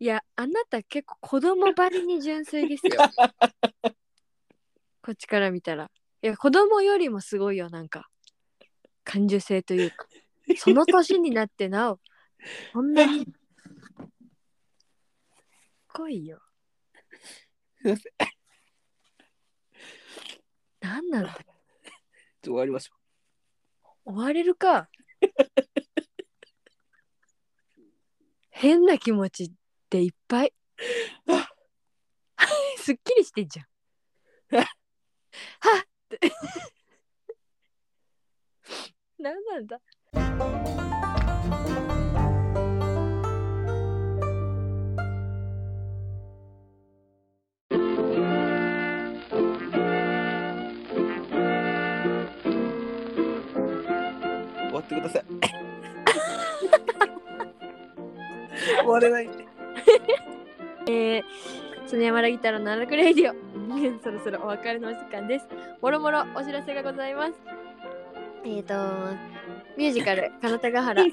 [SPEAKER 2] いやあなた結構子供ばりに純粋ですよ こっちから見たらいや子供よりもすごいよなんか感受性というかその年になってなお、そんなに。来いよ。
[SPEAKER 1] すいませ
[SPEAKER 2] なんなんだ
[SPEAKER 1] 終わりましょ
[SPEAKER 2] 終われるか。変な気持ちっていっぱい。 すっきりしてんじゃん。はっって。何なんだ
[SPEAKER 1] う。終わってください。 終われない。
[SPEAKER 2] えー、その山田ギターの奈落レイディオそろそろお別れのお時間ですもろもろお知らせがございますえっ、とミュージカル「かなたがはら」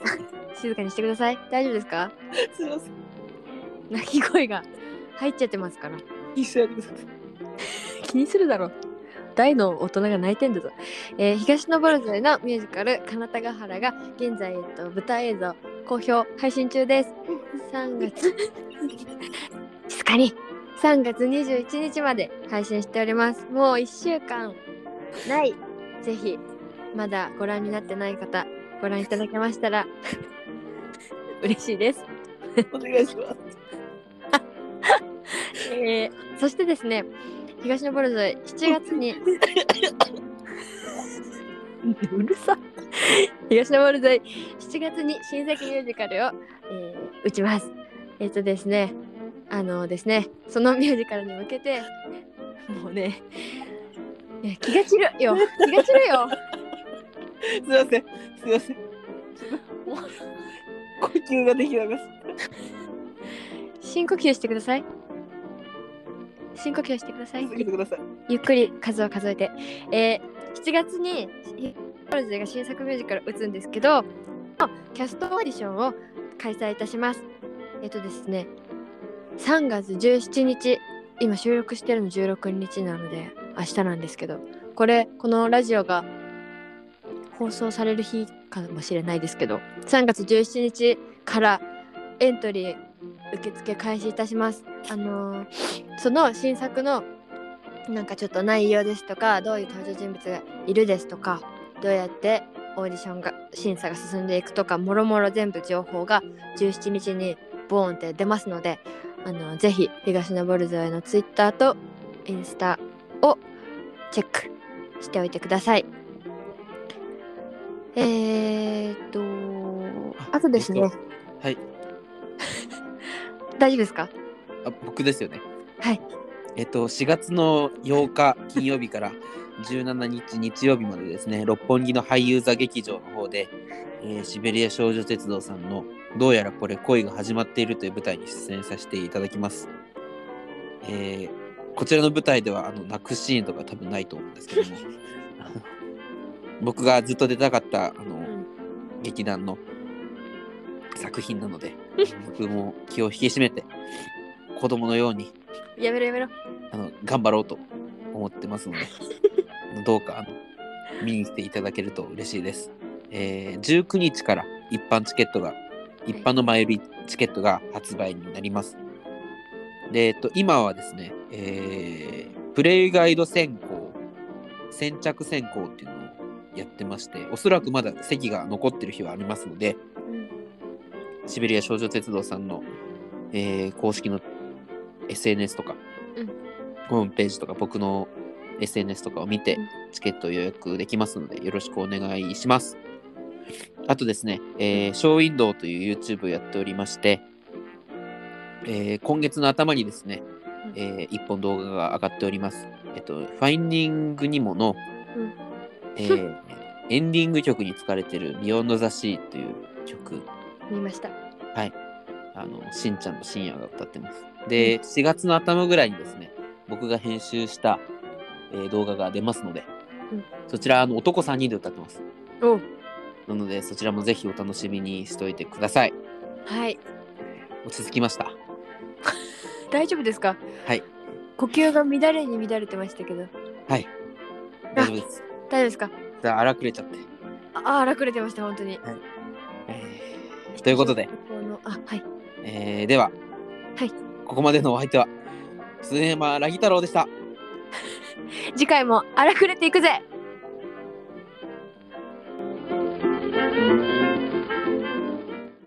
[SPEAKER 2] 静かにしてください大丈夫ですか
[SPEAKER 1] すいません。
[SPEAKER 2] 泣き声が入っちゃってますから
[SPEAKER 1] 一緒やってください。
[SPEAKER 2] 気にするだろう大の大人が泣いてんだぞ、えー東のボルゾイのミュージカル「かなたがはら」が現在、えっと、舞台映像好評配信中です3月 静かに3月21日まで配信しておりますもう1週間ないぜひまだご覧になってない方ご覧いただけましたら 嬉しいです
[SPEAKER 1] お願いします。
[SPEAKER 2] えーそしてですね東のボルゾイ7月にうるさ東のボルゾイ7月に新作ミュージカルを、えー打ちますえっ、とですねあのですねそのミュージカルに向けてもうねいや気が散るよ気が散るよ
[SPEAKER 1] すいません。すいませ ん。呼吸ができなかっ
[SPEAKER 2] 深呼吸してください深呼吸してくださ
[SPEAKER 1] た。
[SPEAKER 2] い
[SPEAKER 1] 続けてください。
[SPEAKER 2] ゆっくり数を数えて、えー7月にボルジェが新作ミュージカルを打つんですけどキャストオーディションを開催いたしますえっとですね3月17日今収録してるの16日なので明日なんですけどこれこのラジオが放送される日かもしれないですけど3月17日からエントリー受付開始いたしますあのーその新作のなんかちょっと内容ですとかどういう登場人物がいるですとかどうやってオーディションが審査が進んでいくとかもろもろ全部情報が17日にボーンって出ますのであのぜひ東のボルゾイのツイッターとインスタをチェックしておいてくださいえー、っとあとですね、
[SPEAKER 1] えっとはい。
[SPEAKER 2] 大丈夫ですか
[SPEAKER 1] あ、僕ですよね。
[SPEAKER 2] はい。
[SPEAKER 1] えっと、4月の8日金曜日から17日日曜日までですね、六本木の俳優座劇場の方で、えーシベリア少女鉄道さんのどうやらこれ恋が始まっているという舞台に出演させていただきます。えーこちらの舞台ではあの泣くシーンとか多分ないと思うんですけど も、あの僕がずっと出たかったあの、劇団の作品なので僕も気を引き締めて子供のように
[SPEAKER 2] やめろやめろ
[SPEAKER 1] あの頑張ろうと思ってますのでどうかあの見に来ていただけると嬉しいです、えー19日から一般チケットが一般の前売りチケットが発売になりますで、えっと、今はですね、えープレイガイド選考先着選考っていうのをやってましておそらくまだ席が残ってる日はありますのでシベリア少女鉄道さんの、えー公式の SNS とか、
[SPEAKER 2] うん
[SPEAKER 1] ホームページとか僕の SNS とかを見て
[SPEAKER 2] うん
[SPEAKER 1] チケットを予約できますのでよろしくお願いします。あとですね、えーショーウィンドウという YouTube をやっておりまして、えー今月の頭にですね、
[SPEAKER 2] うん
[SPEAKER 1] え1本動画が上がっております。えっと、ファインディングにもの、
[SPEAKER 2] うん
[SPEAKER 1] えーエンディング曲に使われている Beyond the Sea という曲
[SPEAKER 2] 見ました
[SPEAKER 1] あの、しんちゃんと深夜が歌ってます。で、4月の頭ぐらいにですね、僕が編集した、えー動画が出ますので、
[SPEAKER 2] うん
[SPEAKER 1] そちら、あの、男3人で歌ってます。
[SPEAKER 2] お
[SPEAKER 1] なので、そちらもぜひお楽しみにしておいてください。
[SPEAKER 2] はい
[SPEAKER 1] 落ち着きました。
[SPEAKER 2] 大丈夫ですか
[SPEAKER 1] はい
[SPEAKER 2] 呼吸が乱れに乱れてましたけど
[SPEAKER 1] はい。大丈夫です。
[SPEAKER 2] 大丈夫ですか
[SPEAKER 1] じゃあ、荒くれちゃって。
[SPEAKER 2] ああらくれてました本当に、
[SPEAKER 1] はいということで、
[SPEAKER 2] このあはい
[SPEAKER 1] えーでは、
[SPEAKER 2] はい
[SPEAKER 1] ここまでのお相手は、スネーマーラギ太郎でした。
[SPEAKER 2] 次回も荒くれていくぜ